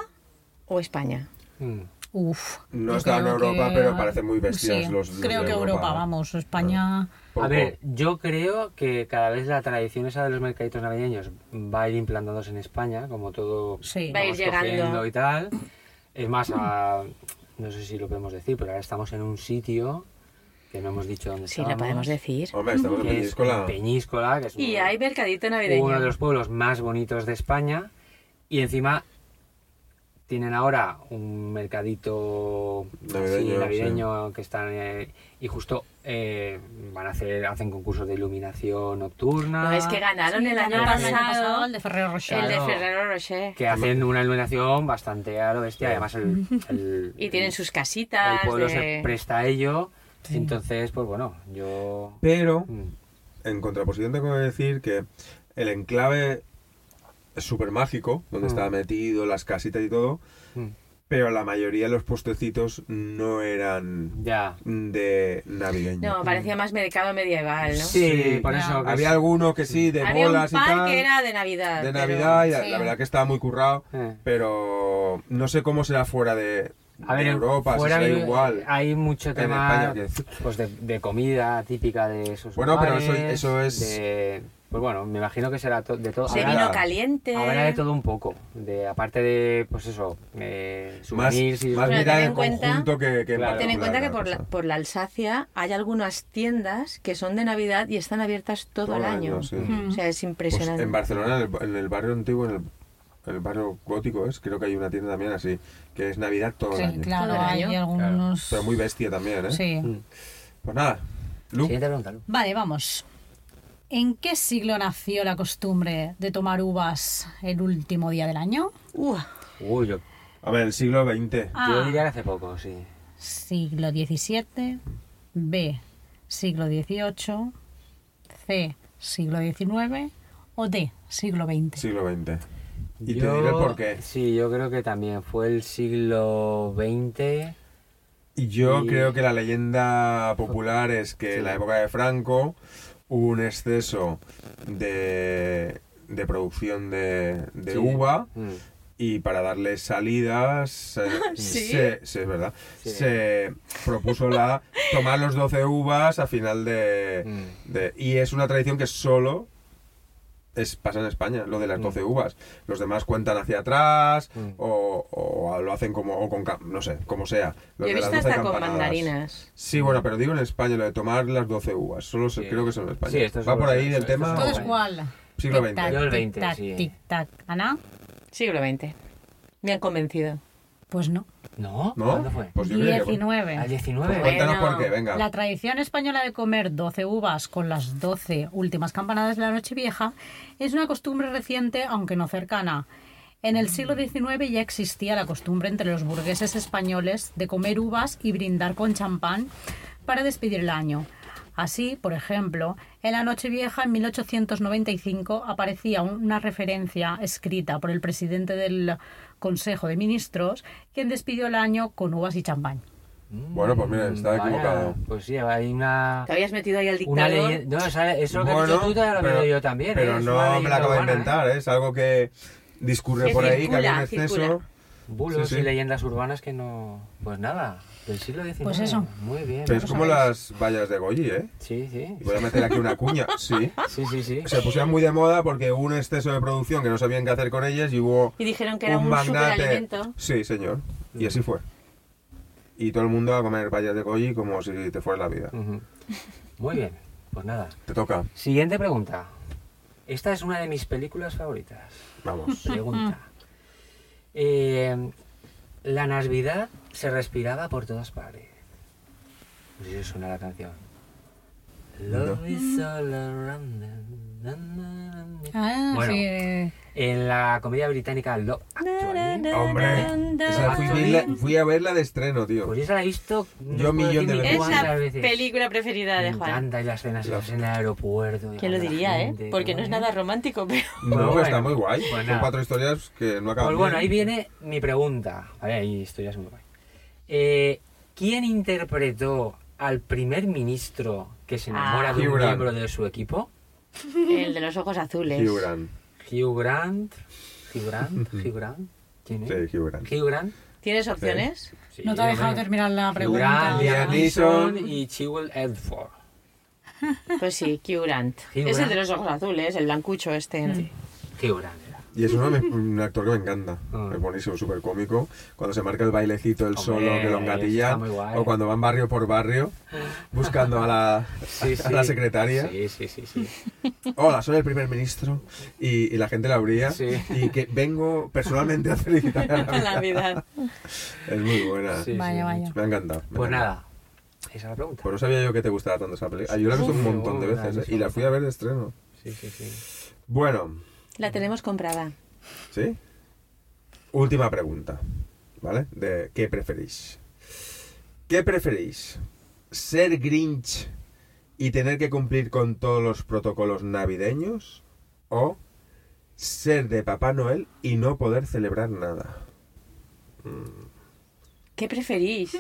S6: o España?
S3: Mm.
S4: Uf.
S5: No
S4: yo
S5: está en
S4: creo
S5: Europa, pero parecen muy bestias
S4: Sí,
S5: los- los
S4: creo
S5: de
S4: que Europa,
S5: Europa, ¿no?
S4: vamos. España...
S5: Poco.
S3: A ver, yo creo que cada vez la tradición esa de los mercaditos navideños va a ir implantándose en España, como todo
S4: Sí.
S6: Va a ir
S3: vamos
S6: llegando.
S3: cogiendo y tal. Es más, a- no sé si lo podemos decir, pero ahora estamos en un sitio que no hemos dicho dónde
S6: Sí, lo
S3: estábamos,
S6: podemos decir.
S5: Hombre, estamos en
S3: que es
S5: Peñíscola.
S3: Peñíscola, que es
S6: Y
S3: uno-
S6: hay mercadito
S3: uno de
S6: navideño.
S3: los pueblos más bonitos de España y encima tienen ahora un mercadito así
S5: Navideño,
S3: navideño, que están eh, y justo eh, van a hacer hacen concursos de iluminación nocturna
S6: No, Pues es que ganaron el año
S4: Ganaron el año pasado
S6: pasado
S4: el de Ferrero Rocher.
S6: el de
S3: Claro.
S6: Ferrero Rocher.
S3: que hacen una iluminación bastante a lo bestia además el, el-
S6: Y tienen sus
S3: el
S6: casitas.
S3: pueblo
S6: de-
S3: se presta a ello entonces pues bueno yo
S5: Pero
S3: Mm,
S5: en contraposición tengo que decir que el enclave es súper mágico, donde
S3: Mm.
S5: estaba metido las casitas y todo,
S3: mm,
S5: pero la mayoría de los puestecitos no eran
S3: ya
S5: de navideño.
S6: No, parecía más mercado medieval, ¿no?
S3: sí,
S5: Sí.
S3: por eso que
S5: Había
S3: es-
S5: alguno que sí, de
S6: Había un
S5: bolas y
S6: par
S5: tal,
S6: que era de Navidad.
S5: de
S6: pero-
S5: Navidad, y la-
S4: sí.
S5: la verdad que estaba muy currado,
S3: Eh.
S5: pero no sé cómo será fuera de,
S3: A ver,
S5: de
S3: en-
S5: Europa,
S3: fuera
S5: si será
S3: hay-
S5: igual.
S3: Hay mucho
S5: En
S3: tema
S5: España, ¿qué?
S3: pues de, de comida típica de esos
S5: Bueno, pero eso-
S3: lugares,
S5: eso es-
S3: de- pues bueno, me imagino que será to- de todo.
S6: De
S5: Habrá-
S6: vino caliente.
S3: habrá de todo un poco. De, aparte de, pues eso, eh,
S5: Más,
S3: souvenirs y-
S5: más
S6: Bueno,
S5: mirar
S6: ten
S5: el
S6: en cuenta-
S5: conjunto que, que en
S3: Claro.
S6: Ten
S5: particular
S6: en cuenta que
S5: la
S6: por la,
S5: cosa.
S6: por la Alsacia hay algunas tiendas que son de Navidad y están abiertas todo, el año.
S5: sí.
S4: Mm.
S6: O sea, es
S5: Pues
S6: impresionante.
S5: en Barcelona, en el, en el barrio antiguo, en el, en el barrio gótico, es, creo que hay una tienda también así, que es Navidad todo el
S4: Sí,
S5: año.
S4: claro,
S6: Todo el
S4: hay
S6: año.
S4: algunos...
S5: Pero muy bestia también, ¿eh?
S4: Sí.
S5: Pues nada, Lu,
S3: Mm. Siguiente pregunta, Lu.
S4: Vale, vamos. ¿En qué siglo nació la costumbre de tomar uvas el último día del año?
S6: Uah.
S3: Uy, yo,
S5: a ver, el siglo XX.
S4: Ah.
S3: yo diría que hace poco, sí.
S4: Siglo XVII, B, siglo XVIII, C, siglo XIX o D, siglo XX.
S5: Siglo XX. Y
S3: Yo-
S5: te diré el porqué.
S3: Sí, yo creo que también fue el siglo XX.
S5: Y yo
S3: Y-
S5: creo que la leyenda popular es que en la época de Franco hubo un exceso de, de producción de, de
S3: Sí.
S5: uva.
S3: Mm.
S5: y para darle salidas eh,
S6: Ah, Sí.
S5: se, se- es verdad
S3: Sí.
S5: se propuso la tomar los 12 uvas a final de,
S3: Mm.
S5: de- y es una tradición que solo es, pasa en España, lo de las 12 uvas. Los demás cuentan hacia atrás
S3: Mm.
S5: o, o lo hacen como, o con, ca- no sé, como sea. Lo
S6: Yo he
S5: de las
S6: visto
S5: 12
S6: hasta con
S5: campanadas.
S6: mandarinas.
S5: Sí, bueno, pero digo en España lo de tomar las 12 uvas. Solo se-
S3: Sí.
S5: creo que son en España.
S3: Sí, esto es
S5: Va
S3: solo-
S5: por ahí
S3: esto-
S5: del
S3: esto es
S5: tema
S3: solo-
S4: Todo es
S3: bueno.
S4: igual.
S5: siglo
S4: Tic, tac,
S5: XX.
S3: Yo el
S4: tic,
S3: 20,
S4: tac,
S3: sí.
S4: tic, tac. ¿Ana?
S6: Siglo XX. Me han convencido.
S4: Pues no.
S3: ¿No?
S5: ¿No?
S3: ¿Cuándo fue?
S5: Pues yo creo que... bueno.
S4: 19.
S3: Al 19.
S1: Bueno.
S5: Cuéntanos por qué, venga.
S4: La tradición española de comer 12 uvas con las 12 últimas campanadas de la Nochevieja es una costumbre reciente, aunque no cercana. En el siglo XIX ya existía la costumbre entre los burgueses españoles de comer uvas y brindar con champán para despedir el año. Así, por ejemplo, en la Nochevieja en 1895 aparecía una referencia escrita por el presidente del Consejo de Ministros, quien despidió el año con uvas y champán.
S5: Bueno, pues mira, estaba
S3: Vaya,
S5: equivocado.
S3: Pues sí, hay una...
S6: Te habías metido ahí al
S3: Una
S6: dictador.
S3: leyenda... No, esa- eso que has
S5: Bueno,
S3: dicho tú te lo he
S5: pero-
S3: leído yo también.
S5: Pero
S3: ¿eh? Es una
S5: no me
S3: leyenda
S5: la acabo de
S3: urbana, ¿eh?
S5: inventar, ¿eh? es algo que discurre
S6: Que
S5: por ahí, que
S6: circula,
S5: había un
S6: circula.
S5: exceso.
S3: Bulos
S5: Sí, sí.
S3: y leyendas urbanas que no... Pues nada, del siglo XIX.
S4: Pues eso.
S3: Muy bien.
S5: Pero es como las vallas de Goyi, ¿eh?
S3: Sí, sí.
S5: Y voy a meter aquí una cuña, sí.
S3: Sí, sí, sí.
S5: Se pusieron muy de moda porque hubo un exceso de producción que no sabían qué hacer con ellas y hubo
S6: Y dijeron que era un,
S5: magnate.
S6: superalimento.
S5: Sí, señor. Y así fue. Y todo el mundo a comer vallas de Goyi como si te fuera la vida.
S3: Ujú. Muy bien. Pues nada.
S5: Te toca.
S3: Siguiente pregunta. Esta es una de mis películas favoritas.
S5: Vamos.
S3: Pregunta. Eh, la Navidad se respiraba por todas partes. No sé si os suena la canción. Love is all around the- na, na, na, na.
S4: Ah,
S3: Bueno.
S4: sí.
S3: En la comedia británica Love Actually.
S5: Hombre, esa fui, a verla- fui a verla de estreno, tío.
S3: Pues esa la he visto no
S5: Yo
S3: os puedo
S5: millón
S3: decir
S5: de
S3: ni
S5: veces.
S3: cuántas
S6: Esa
S3: veces.
S6: película preferida
S3: Me
S6: de Juan.
S3: encanta y las cenas
S5: La-
S3: en el aeropuerto. y
S6: ¿Quién lo
S3: la
S6: diría, eh?
S3: gente,
S6: Porque no es
S3: bueno.
S6: nada romántico, pero...
S5: No,
S3: Bueno,
S5: está muy guay.
S3: pues
S5: Son
S3: nada.
S5: cuatro historias que no acaban.
S3: Pues bueno, ahí
S5: bien.
S3: viene mi pregunta. Vale, ahí estoy ya es muy guay. Eh, ¿Quién interpretó al primer ministro que se enamora
S6: Ah.
S3: de un
S5: Hugh Grant.
S3: miembro de su equipo?
S6: El de los ojos azules.
S5: Hugh Grant.
S3: Hugh Grant. Hugh Grant. Hugh Grant. ¿Quién es?
S5: Sí, Hugh Grant.
S3: Hugh Grant.
S6: ¿Tienes opciones?
S3: Sí,
S4: No te ha dejado
S3: hombre.
S4: terminar la
S3: Hugh
S4: pregunta.
S3: Grant,
S5: Liam
S3: Liam
S5: Neeson.
S3: Neeson y Chiwell Edford.
S6: Pues sí, Hugh Grant.
S3: Hugh
S6: Es
S3: Grant.
S6: el
S3: Mm.
S6: de los ojos azules, el blancucho este.
S3: Hugh Grant era.
S5: Y es uno de mis- un actor que me encanta.
S3: Ah.
S5: Es buenísimo, súper cómico. Cuando se marca el bailecito, el
S3: Hombre,
S5: solo que lo
S3: está
S5: engatilla.
S3: muy guay.
S5: O cuando van barrio por barrio buscando a la,
S3: Sí,
S5: a
S3: sí.
S5: la secretaria.
S3: Sí, sí, sí. sí.
S5: Hola, soy el primer ministro. Y, y la gente la abría.
S3: Sí.
S5: Y que vengo personalmente a felicitar a la
S6: La Navidad.
S5: Es muy buena.
S3: Sí,
S4: Vaya,
S3: sí.
S4: vaya.
S5: Me ha encantado. me
S3: Pues
S5: ha encantado.
S3: nada, esa es la pregunta.
S5: Pues no sabía yo que te gustaba tanto esa película. Ah, Yo la he visto un
S3: Sí,
S5: montón de
S3: una
S5: veces. ¿eh?
S3: vez,
S5: Y la fui a ver de estreno.
S3: Sí, sí, sí.
S5: Bueno,
S6: La tenemos comprada.
S5: ¿Sí? Última pregunta, ¿vale? De qué preferís. ¿Qué preferís? ¿Ser Grinch y tener que cumplir con todos los protocolos navideños? ¿O ser de Papá Noel y no poder celebrar nada?
S6: ¿Qué preferís?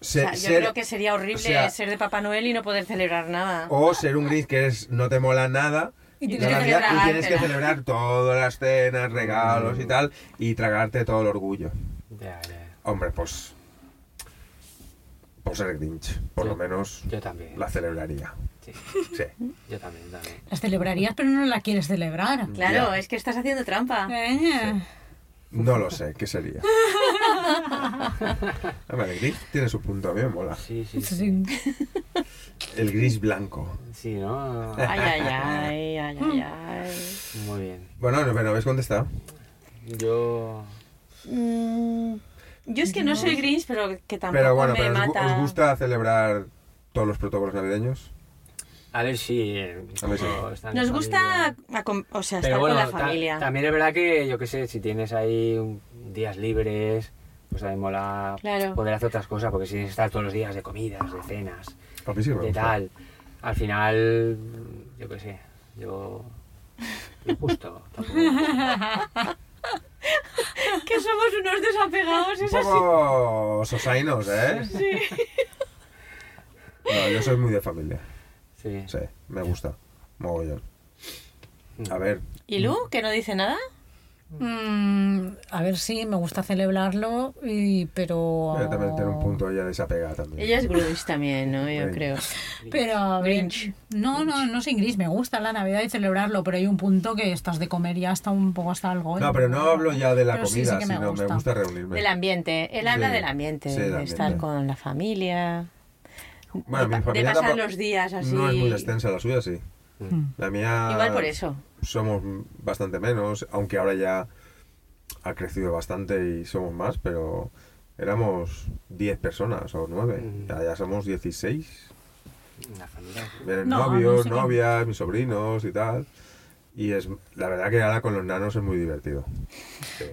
S5: Se-
S6: O sea, yo
S5: ser-
S6: creo que sería horrible
S5: o sea,
S6: ser de Papá Noel y no poder celebrar nada.
S5: O ser un Grinch que es, no te mola nada.
S4: Y tienes
S5: la
S4: que
S5: Navidad, y
S6: celebrar,
S5: tienes que
S6: ¿verdad?
S5: celebrar todas las cenas, regalos y tal, y tragarte todo el orgullo.
S3: Ya, ya.
S5: Hombre, pues. Por ser Grinch. Por
S3: Sí.
S5: lo menos
S3: Yo también.
S5: la celebraría.
S3: Sí,
S5: Sí.
S3: yo también, también.
S4: Las celebrarías, pero no la quieres celebrar.
S6: Claro,
S5: Ya.
S6: es que estás haciendo trampa.
S4: Eh,
S5: No lo sé, ¿qué sería? A ver, el gris tiene su punto, a mí me mola.
S3: Sí, sí,
S4: sí,
S3: sí.
S4: Pues sí.
S5: El gris blanco.
S3: Sí, ¿no?
S6: Ay, ay, ay, ay, ay, ay.
S3: Muy bien.
S5: Bueno, no, pero habéis contestado.
S3: Yo...
S6: Mm, Yo es que no soy Grinch, pero que tampoco
S5: Pero bueno,
S6: me
S5: pero os, gu-
S6: mata.
S5: os gusta celebrar todos los protocolos navideños?
S3: A ver si... eh,
S5: A ver si.
S3: como está en
S6: Nos
S3: la
S6: gusta,
S3: familia.
S6: acom- o sea, estar
S3: Pero bueno,
S6: con la
S3: ta-
S6: familia.
S3: también es verdad que, yo qué sé, si tienes ahí un- días libres, pues también mola
S6: Claro.
S3: poder hacer otras cosas, porque si tienes que estar todos los días de comidas, de cenas,
S5: A mí sí que me
S3: de
S5: gusta.
S3: tal, al final, mm, yo qué sé, yo... Lo justo. tampoco-
S6: que somos unos desapegados, es
S5: Un
S6: así.
S5: poco sosainos, ¿eh? Sí. No, yo soy muy de familia.
S3: Sí.
S5: Sí, me gusta. Mogollón. A ver,
S6: ¿Y Lu, que no dice nada?
S4: Mm, a ver, sí, me gusta celebrarlo, y, pero...
S5: Pero también tiene
S4: Oh.
S5: un punto ella desapegada también.
S6: Ella es grunge también, ¿no? Yo
S5: Sí.
S6: creo.
S4: Pero a ver,
S6: Grinch.
S4: No, no, no soy gris, me gusta la Navidad y celebrarlo, pero hay un punto que estás de comer ya hasta un poco hasta algo. ¿eh?
S5: No, pero no hablo ya de la
S4: Pero sí,
S5: comida,
S4: sí que me
S5: sino me
S4: gusta.
S5: gusta reunirme.
S6: Del ambiente. Él habla
S5: Sí,
S6: del ambiente,
S5: sí, del
S6: de
S5: ambiente.
S6: estar con la familia.
S5: Bueno, mi
S6: de
S5: familia
S6: pasar
S5: tampoco-
S6: los días así.
S5: No es muy extensa la suya, sí. La mía.
S6: Igual por eso.
S5: Somos bastante menos, aunque ahora ya ha crecido bastante y somos más, pero éramos 10 personas o 9.
S3: Mm.
S5: Ya, ya somos 16.
S3: La familia.
S5: Vienen
S4: No, no
S5: novios,
S4: sé qué.
S5: novias, mis sobrinos y tal. Y es la verdad que ahora con los nanos es muy divertido.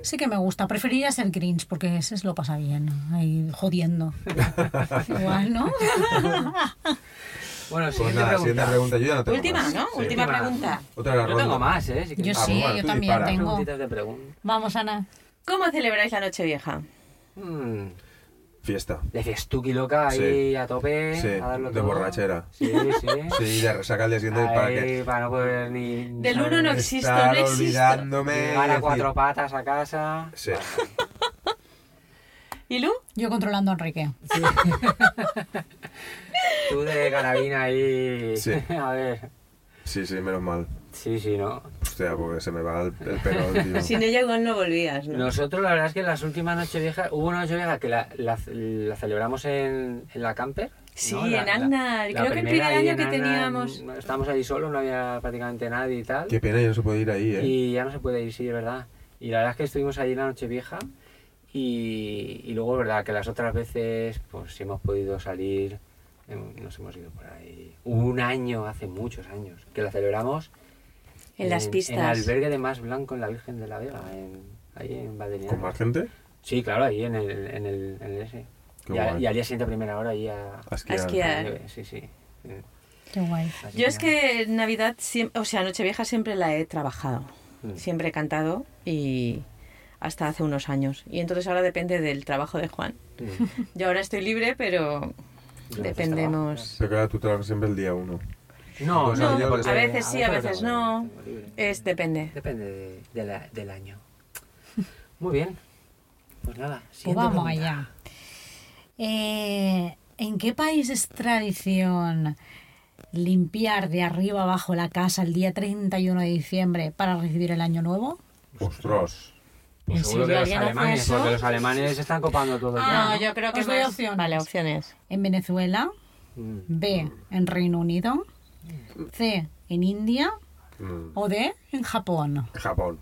S4: Sí que me gusta, preferiría ser Grinch porque ese se lo pasa bien, ahí jodiendo.
S5: Pues
S4: Igual, ¿no?
S5: Ah,
S3: Bueno,
S5: Pues
S3: siguiente
S5: nada, siguiente
S3: pregunta.
S5: pregunta. Yo ya no tengo
S6: Última,
S5: más.
S6: ¿no?
S5: Sí.
S6: Última
S3: Última.
S6: pregunta.
S5: Otra de la
S3: Yo
S5: ronda.
S3: tengo más, ¿eh? Si
S4: Yo
S3: queréis.
S5: Ah,
S4: sí,
S5: bueno,
S4: yo
S5: tú
S4: también
S5: dispara.
S4: tengo.
S3: Preguntitas de preguntas.
S4: Vamos, Ana.
S6: ¿Cómo celebráis la Nochevieja?
S3: Mm,
S5: Fiesta.
S3: de fiestuki loca ahí
S5: Sí.
S3: a tope.
S5: Sí,
S3: a darlo
S5: de
S3: todo.
S5: borrachera.
S3: Sí, sí.
S5: Sí, y de resaca al día siguiente
S3: Ahí,
S5: para que
S3: para no poder ni.
S6: Del uno no existe. existo,
S5: estar
S6: no existo.
S5: olvidándome. y
S3: Llegar a
S5: decir-
S3: cuatro patas a casa.
S5: Sí.
S6: ¿Y Lu?
S4: Yo controlando a Enrique.
S3: Tú de carabina ahí.
S5: Sí.
S3: A ver.
S5: sí, sí, menos mal.
S3: Sí, sí, ¿no?
S5: Hostia, porque se me va el, el pelo, tío.
S6: Pues Sin ella igual no volvías, ¿no?
S3: Nosotros la verdad es que las últimas noches viejas, hubo una noche vieja que la, la- la celebramos en, en la camper.
S6: Sí,
S3: ¿no? La-
S6: en
S3: la-
S6: Aznar.
S3: la
S6: Creo que el
S3: primera
S6: primer
S3: ahí
S6: año
S3: en
S6: que
S3: Aznar,
S6: teníamos.
S3: no, Estábamos ahí solos, no había prácticamente nadie y tal.
S5: Qué pena, yo no se puede ir ahí, ¿eh?
S3: Y ya no se puede ir, sí, es verdad. Y la verdad es que estuvimos allí la noche vieja y, y luego es verdad que las otras veces, pues si hemos podido salir, hem- nos hemos ido por ahí. Hubo un año, hace muchos años, que la celebramos
S6: En las
S3: En el
S6: pistas.
S3: albergue de Más Blanco, en la Virgen de la Vega, en, ahí en Valdeñana.
S5: ¿Con más gente?
S3: Sí, claro, ahí en el, en el, en el ese.
S5: Qué
S3: Y, a-
S5: guay.
S3: y al día siguiente a primera hora ahí a...
S5: A esquiar.
S6: A esquiar. Claro.
S3: Sí, sí.
S4: Qué guay.
S3: Así
S6: eh. Yo es
S3: nada.
S6: que Navidad, siem- o sea, Nochevieja siempre la he trabajado.
S3: Mm.
S6: Siempre he cantado y hasta hace unos años. Y entonces ahora depende del trabajo de Juan.
S3: Mm.
S6: Yo ahora estoy libre, pero
S3: Yo
S6: dependemos.
S5: Pero claro, tú trabajas siempre el día uno.
S3: No,
S5: Pues no,
S3: yo
S5: a
S3: porque-
S6: veces sí, a veces
S3: lo
S6: no.
S3: tengo libre.
S6: Es depende.
S3: Depende de- de la- del año. Muy bien. Pues nada.
S4: Pues
S3: siguiente
S4: vamos
S3: pregunta.
S4: allá. Eh, ¿En qué país es tradición limpiar de arriba abajo la casa el día 31 de diciembre para recibir el año nuevo?
S5: Ostras.
S3: Pues
S6: ¿En
S3: seguro
S6: serio
S3: que los
S6: alguien hace
S3: alemanes,
S6: eso?
S3: porque los alemanes están copando todo
S4: Ah,
S3: ya.
S4: yo creo que Os doy más- opciones.
S6: Vale, opciones.
S4: ¿En Venezuela?
S3: Mm.
S4: ¿B, en Reino Unido? ¿C, en India?
S5: Mm.
S4: ¿O D, en Japón?
S5: Japón.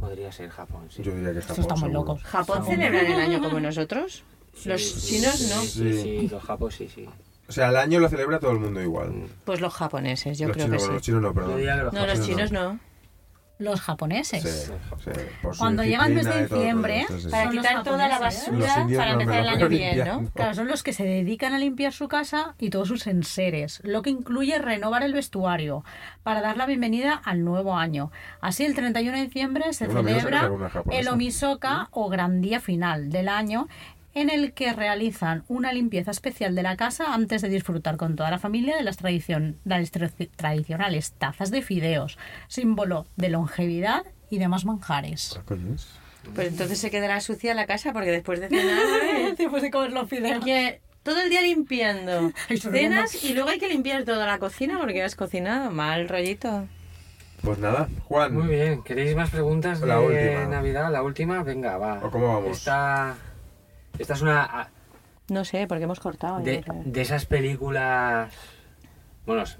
S3: Podría ser Japón, sí.
S5: Yo diría que Japón.
S4: Esto estamos
S5: seguro.
S4: locos.
S6: ¿Japón celebran el año como nosotros? Los chinos
S3: Sí,
S6: no.
S3: Sí,
S5: Sí.
S3: sí, los japos sí, sí.
S5: O sea, el año lo celebra todo el mundo igual.
S6: Pues los japoneses, yo
S5: los
S6: creo
S5: chinos, bueno,
S6: que
S5: los
S6: sí.
S5: chinos no,
S3: Yo
S5: perdón.
S3: diría que los
S6: No, los
S5: chinos
S6: chinos no.
S4: Los japoneses.
S5: Sí, sí, por su
S4: Cuando llega el mes de
S5: disciplina y todo,
S4: diciembre,
S5: todo esto, sí.
S6: Para
S4: Son los
S6: quitar toda la
S4: japoneses, ¿eh?
S5: Los
S6: basura,
S5: indios
S6: para
S5: no me
S6: empezar el
S5: lo
S6: año
S5: puedo
S6: bien,
S5: limpiar,
S6: ¿no?
S5: no.
S4: Claro, son los que se dedican a limpiar su casa y todos sus enseres, lo que incluye renovar el vestuario para dar la bienvenida al nuevo año. Así, el 31 de diciembre se
S5: Una amiga se
S4: celebra
S5: casó con una japonesa. ¿Mm?
S4: el Omisoka o Gran Día Final del año, en el que realizan una limpieza especial de la casa antes de disfrutar con toda la familia de las, tradicion- de las tra- tradicionales tazas de fideos, símbolo de longevidad y demás manjares.
S5: ¿Qué Ah, coño es?
S6: Pues entonces se quedará sucia la casa porque después de cenar...
S4: Después de comer los fideos.
S6: Porque todo el día limpiando
S4: Y sorbiendo.
S6: cenas y luego hay que limpiar toda la cocina porque has cocinado. Mal rollito.
S5: Pues nada, Juan.
S3: Muy bien, ¿queréis más preguntas de
S5: La última.
S3: Navidad? La última, venga, va.
S5: ¿O cómo vamos?
S3: Esta, esta es una ah, a-
S6: No sé, porque hemos cortado. yo
S3: de,
S6: creo.
S3: de esas películas. Bueno, os,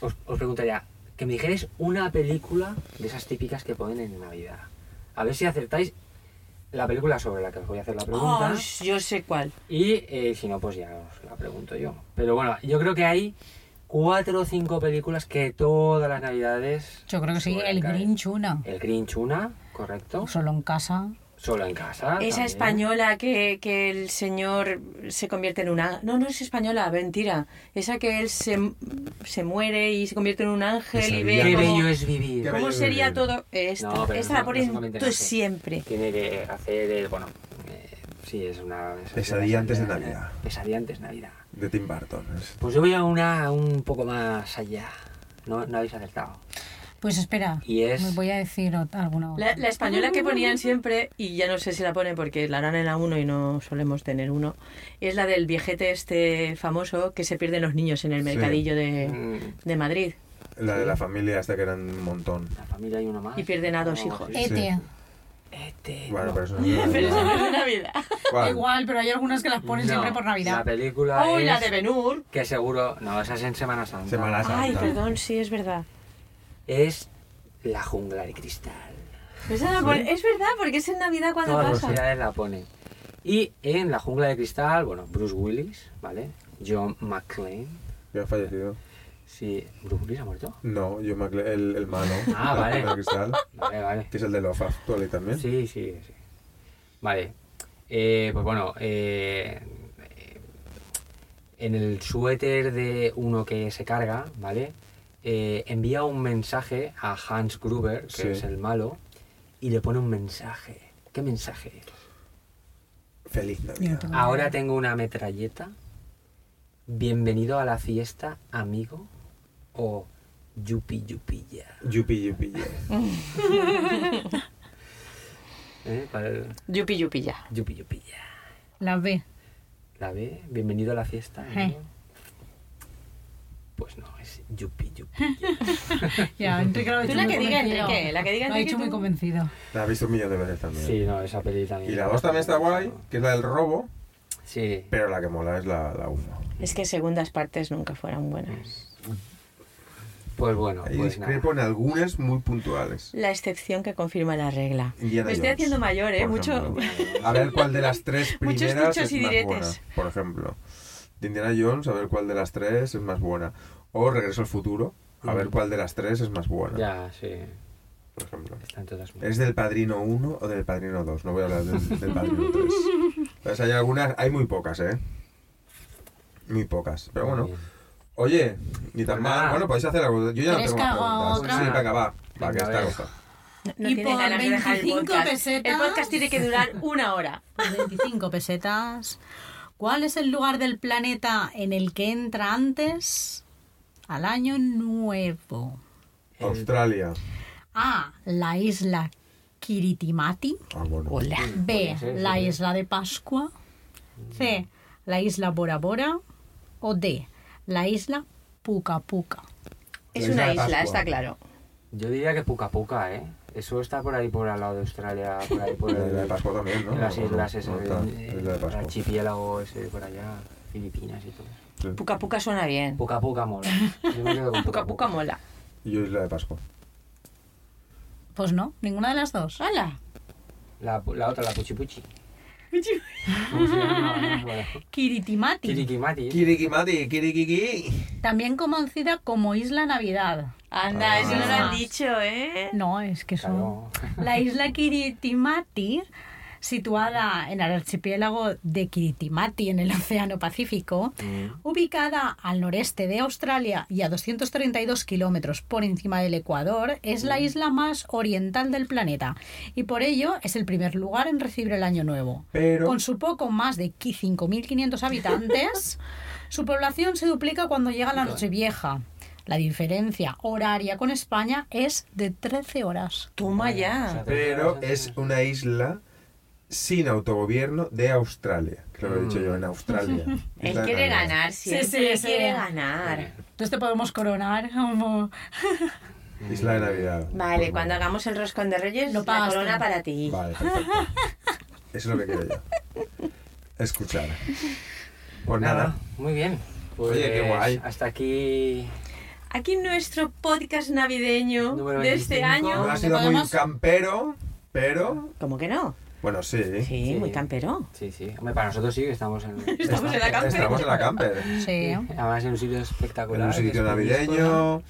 S3: os- os preguntaría que me dijerais una película de esas típicas que ponen en Navidad. A ver si acertáis la película sobre la que os voy a hacer la pregunta.
S6: Oh, yo sé cuál.
S3: Y eh, si no, pues ya os la pregunto yo. Pero bueno, yo creo que hay cuatro o cinco películas que todas las Navidades.
S4: Yo creo que sí,
S3: suelen
S4: el
S3: caer.
S4: Grinch una.
S3: El Grinch una, correcto.
S4: Solo en casa.
S3: Solo en casa. Ah,
S6: Esa
S3: también.
S6: española que, que el señor se convierte en una... No, no es española, mentira. Esa que él se, se muere y se convierte en un ángel y ve
S5: Qué
S3: Qué
S6: cómo,
S3: bello es vivir.
S5: Qué
S6: cómo
S5: bello es
S6: sería
S5: vivir.
S6: todo. Esta,
S3: No, pero
S6: esta
S3: no,
S6: la ponen
S3: absolutamente
S6: tú
S3: no sé.
S6: siempre.
S3: Tiene que hacer el. Bueno, eh, sí, es una. es-
S5: Pesadilla
S3: es-
S5: antes de Navidad.
S3: Pesadilla antes de Navidad.
S5: De Tim Burton. es-
S3: Pues yo voy a una un poco más allá. No, no habéis acertado.
S4: Pues espera,
S3: Y es-
S4: me voy a decir ot- alguna otra.
S6: La, la española que ponían siempre, y ya no sé si la ponen porque la harán en la 1 y no solemos tener uno, es la del viejete este famoso que se pierden los niños en el mercadillo de,
S3: Mm,
S6: de Madrid.
S5: La de la familia esta que eran un montón.
S3: La familia hay uno más.
S6: Y pierden a dos hijos.
S5: Sí.
S4: Ete.
S3: Este,
S5: Bueno,
S3: no.
S5: pero eso no es
S6: Pero eso
S5: verdad.
S6: no es de Navidad.
S5: ¿Cuál?
S4: Igual, pero hay algunas que las ponen
S3: No,
S4: siempre por
S3: La
S4: Navidad.
S3: película
S6: ¡Uy,
S3: es
S6: Oh, la de Benur!
S3: que seguro... No, esa es en Semana Santa.
S5: Semana Santa.
S6: Ay, perdón, sí, es verdad.
S3: Es La jungla de cristal.
S6: Esa la pon- Es verdad, porque es en Navidad cuando
S3: Todas las
S6: pasa.
S3: ciudades la ponen. Y en La jungla de cristal, bueno, Bruce Willis, ¿vale? John McClane.
S5: Ya ha fallecido.
S3: Sí, ¿Bruce Willis ha muerto?
S5: No, yo me aclaro- el, el malo.
S3: Ah, vale.
S5: El cristal,
S3: Vale, vale.
S5: que es el de Lofa, tú ahí también.
S3: Sí, sí, sí. Vale. Eh, pues bueno, eh, eh, en el suéter de uno que se carga, ¿vale? Eh, envía un mensaje a Hans Gruber, que
S5: Sí.
S3: es el malo, y le pone un mensaje. ¿Qué mensaje?
S5: Feliz Navidad.
S3: Ahora tengo una metralleta. Bienvenido a la fiesta, amigo. O yupi yupi ya.
S5: Yupi, yupi, ya.
S3: ¿Eh? Para el
S6: Yupi, yupi, ya.
S3: yupi yupi ya.
S4: La B.
S3: ¿La ve? Bienvenido a la fiesta. ¿no?
S4: Eh.
S3: Pues no, es yupi yupi.
S4: Ya, Enrique lo ha
S6: Tú
S4: dicho
S6: la
S4: muy
S6: que diga
S4: convencido.
S6: Enrique, la que diga
S4: Lo ha
S6: Enrique
S4: dicho muy
S6: tú.
S4: convencido.
S5: La has visto un millón de veces también.
S3: Sí, no, esa peli también.
S5: Y la 2 también está guay, que es la del robo,
S3: Sí.
S5: pero la que mola es la 1.
S6: Es que segundas partes nunca fueron buenas.
S3: Pues bueno,
S5: Ahí
S3: pues nada.
S5: discrepo en algunas muy puntuales.
S6: La excepción que confirma la regla.
S5: Indiana
S6: Me estoy
S5: Jones,
S6: haciendo mayor, ¿eh?
S5: por
S6: Mucho.
S5: ejemplo. A ver cuál de las tres
S6: Muchos
S5: primeras
S6: dichos
S5: es
S6: y
S5: más buena,
S6: diretes.
S5: por ejemplo. De Indiana Jones, a ver cuál de las tres es más buena. O Regreso al futuro, a ver cuál de las tres es más buena,
S3: Ya, sí.
S5: por ejemplo.
S3: Están todas muy-
S5: ¿Es del Padrino 1 o del Padrino 2? No voy a hablar del, del Padrino 3. Entonces, hay algunas, hay muy pocas, ¿eh? Muy pocas. Pero bueno,
S3: Muy bien.
S5: Oye, ni tan
S3: Pues
S5: mal.
S3: nada.
S5: Bueno, podéis hacer algo. Yo ya no
S4: ¿Quieres
S5: tengo
S4: que
S5: más
S4: haga
S5: preguntas.
S4: otra?
S5: Sí, venga, va. Va, que
S3: Venga,
S5: está
S3: a ver.
S5: cosa.
S6: No
S4: Y
S6: tiene
S4: por
S6: ganas de dejar el
S4: 25
S6: podcast.
S4: pesetas.
S6: El podcast tiene que durar una hora.
S4: Por 25 pesetas. ¿Cuál es el lugar del planeta en el que entra antes al año nuevo?
S5: Australia.
S4: A. La isla Kiritimati.
S5: Ah, bueno.
S4: B. La isla de Pascua. C. La isla Bora Bora. O D. La isla Puca Puca.
S6: Es
S5: La isla
S6: una
S5: de
S6: isla,
S5: Pascua.
S6: está claro.
S3: Yo diría que puca puca, ¿eh? Eso está por ahí, por al lado de Australia, por ahí, por
S5: Pues La isla de
S3: el-
S5: Pascua también, ¿no?
S3: en las
S5: No, no,
S3: islas,
S5: no
S3: ese,
S5: está. La
S3: eh,
S5: isla de
S3: el
S5: Pascua.
S3: archipiélago ese eh, por allá, Filipinas y todo. eso.
S6: Puca Puca suena bien.
S3: Puca puca mola. Yo me quedo con
S6: Puca Puca Mm. mola.
S5: Yo Isla de Pascua.
S4: Pues no, ninguna de las dos.
S6: ¡Hala!
S3: La, la otra, la puchipuchi. ¿Cómo se llama? No, no sé cuál es.
S4: Kiritimati.
S3: Kirikimati.
S5: Kirikimati, kirikiki.
S4: También conocida como Isla Navidad.
S6: Anda,
S5: Ah.
S6: eso no lo han dicho, ¿eh?
S4: No, es que
S3: Claro.
S4: son. La isla Kiritimati, situada en el archipiélago de Kiritimati en el Océano Pacífico,
S3: Mm.
S4: ubicada al noreste de Australia y a 232 kilómetros por encima del Ecuador, es la isla más oriental del planeta y por ello es el primer lugar en recibir el Año Nuevo.
S5: Pero-
S4: Con su poco más de 5.500 habitantes, su población se duplica cuando llega la Nochevieja. La diferencia horaria con España es de 13 horas.
S6: Toma
S3: O sea,
S6: ya.
S5: Pero es una isla sin autogobierno de Australia. Que lo he dicho yo, en Australia.
S6: Él
S5: Isla de
S6: quiere
S5: Navidad.
S6: ganar, siempre
S4: sí, sí.
S6: quiere ganar.
S4: Entonces te podemos coronar como...
S5: Isla de Navidad. Pues
S6: Vale, cuando hagamos el roscón de reyes,
S4: Lo
S6: la
S4: pagas tú.
S6: corona para ti.
S5: Vale, perfecto. Eso es lo que quiero yo. Escuchar. Pues nada.
S3: Muy bien. Pues
S5: Oye, qué guay.
S3: Hasta aquí.
S6: Aquí nuestro podcast navideño
S3: Número
S6: de este
S3: 25.
S5: No
S6: año.
S5: ha
S4: ¿Te
S5: sido muy
S4: podemos-
S5: campero, pero...
S6: ¿Cómo que no?
S5: Bueno,
S6: Sí,
S5: sí.
S6: muy campero.
S3: Sí, sí. Hombre, para nosotros sí que estamos en.
S6: Estamos en la camper.
S5: Estamos en la camper.
S4: Sí.
S3: Además, en un sitio
S5: En
S3: espectacular.
S5: un
S3: que
S5: sitio
S3: es
S5: navideño,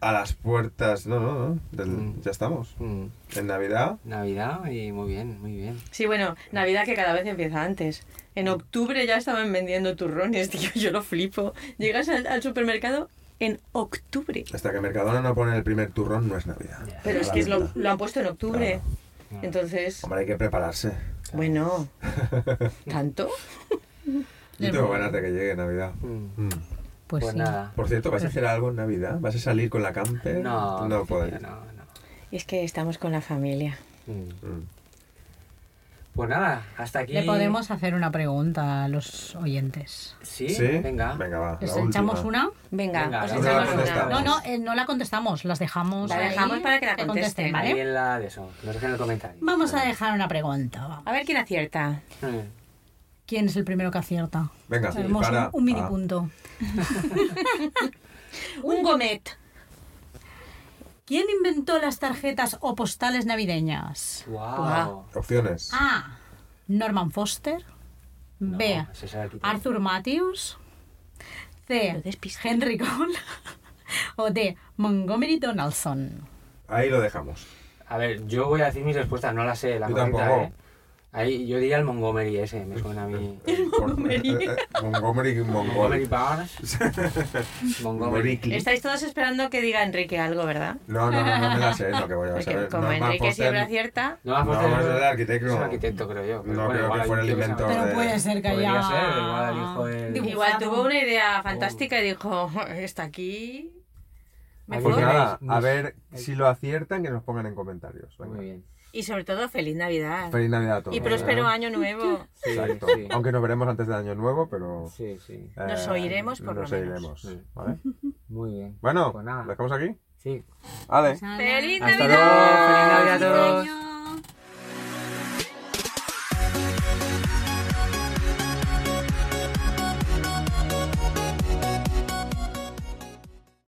S5: a las puertas... No, no, no. del-
S3: Mm.
S5: Ya estamos.
S3: Mm,
S5: En Navidad.
S3: Navidad y muy bien, muy bien.
S6: Sí, bueno, Navidad que cada vez empieza antes. En octubre ya estaban vendiendo turrones, tío, yo lo flipo. Llegas al, al supermercado en octubre.
S5: Hasta que Mercadona no pone el primer turrón, no es Navidad.
S6: Pero es
S5: La
S6: que es lo,
S5: verdad.
S6: lo han puesto en octubre.
S5: Claro.
S6: Entonces,
S5: Hombre, hay que prepararse.
S6: bueno, ¿tanto?
S5: Yo tengo ganas de que llegue Navidad.
S3: Mm.
S5: Mm.
S4: Pues,
S3: Pues
S4: sí.
S3: nada.
S5: Por cierto, ¿vas a hacer algo en Navidad? ¿Vas a salir con la camper?
S3: No,
S5: Pues no
S3: en principio
S5: podéis.
S3: No, no.
S6: Es que estamos con la familia.
S3: Mm.
S5: Mm.
S3: Pues nada, hasta aquí.
S4: Le podemos hacer una pregunta a los oyentes.
S3: Sí,
S5: ¿Sí?
S3: venga.
S5: Venga, va.
S4: ¿Les
S5: la
S4: echamos
S5: última.
S4: una?
S6: Venga,
S3: Venga,
S6: os
S3: no
S5: la
S6: echamos una.
S5: contestamos.
S4: No, no, eh, no la contestamos, las dejamos.
S6: La
S4: ahí
S6: dejamos para que la contesten,
S4: contesten, ¿vale?
S3: Ahí en la de eso, nos dejen el comentario.
S4: Vamos a dejar una pregunta. vamos.
S6: A ver quién acierta.
S3: Mm.
S4: ¿Quién es el primero que acierta?
S5: Venga,
S4: Hermoso,
S5: para.
S4: un mini
S5: Ah.
S4: punto.
S6: Un gomet.
S4: ¿Quién inventó las tarjetas o postales navideñas?
S3: Wow.
S5: Opciones.
S4: A. Norman Foster.
S3: No,
S4: B.
S3: ese es el arquitecto.
S4: Arthur Matthews. C. Henry Cole. o D. Montgomery Donaldson.
S5: Ahí lo dejamos.
S3: A ver, yo voy a decir mis respuestas, no las sé, la
S5: Yo
S3: correcta,
S5: tampoco.
S3: ¿eh? Ahí, yo diría el Montgomery ese, me suena a mí.
S5: Montgomery. eh, Montgomery.
S3: Montgomery
S5: Montgomery.
S3: Barnes. Montgomery.
S5: Montgomery.
S6: Estáis todos esperando que diga Enrique algo, ¿verdad?
S5: No, no, no, no me la sé, es lo que voy a
S6: Porque
S5: saber.
S6: como
S5: Norman
S6: Enrique
S5: Foster-
S6: siempre acierta,
S3: No, a
S5: No,
S3: Foster
S5: es
S3: es-
S5: el arquitecto.
S3: Es un arquitecto, creo yo. pero
S5: No
S3: bueno,
S5: creo
S3: igual
S5: que fuera el
S3: hay que
S5: inventor
S3: saber.
S5: de-
S4: Pero puede ser que haya...
S3: Podría ser, igual el hijo del-
S4: dibujado.
S6: igual tuvo una idea fantástica y dijo, "Oh, está aquí.
S5: Pues
S3: Muy bien.
S5: nada,
S3: Mis-
S5: a ver si lo aciertan, que nos pongan en comentarios. Venga.
S3: Muy bien.
S6: Y sobre todo, feliz Navidad.
S5: Feliz Navidad a todos.
S6: y próspero
S5: ¿eh?
S6: año nuevo.
S3: Sí,
S5: Exacto.
S3: sí.
S5: Aunque nos veremos antes del año nuevo, pero. eh,
S3: Sí, sí.
S6: Nos oiremos, por lo
S5: nos
S6: menos.
S5: oiremos,
S3: Sí.
S5: ¿vale?
S3: Muy bien.
S5: Bueno,
S3: pues
S5: ¿lo
S3: nada.
S5: dejamos aquí?
S3: Sí.
S5: Vale.
S6: ¡Feliz
S3: Hasta luego.
S6: Navidad!
S3: Feliz Navidad a todos.
S4: Feliz año.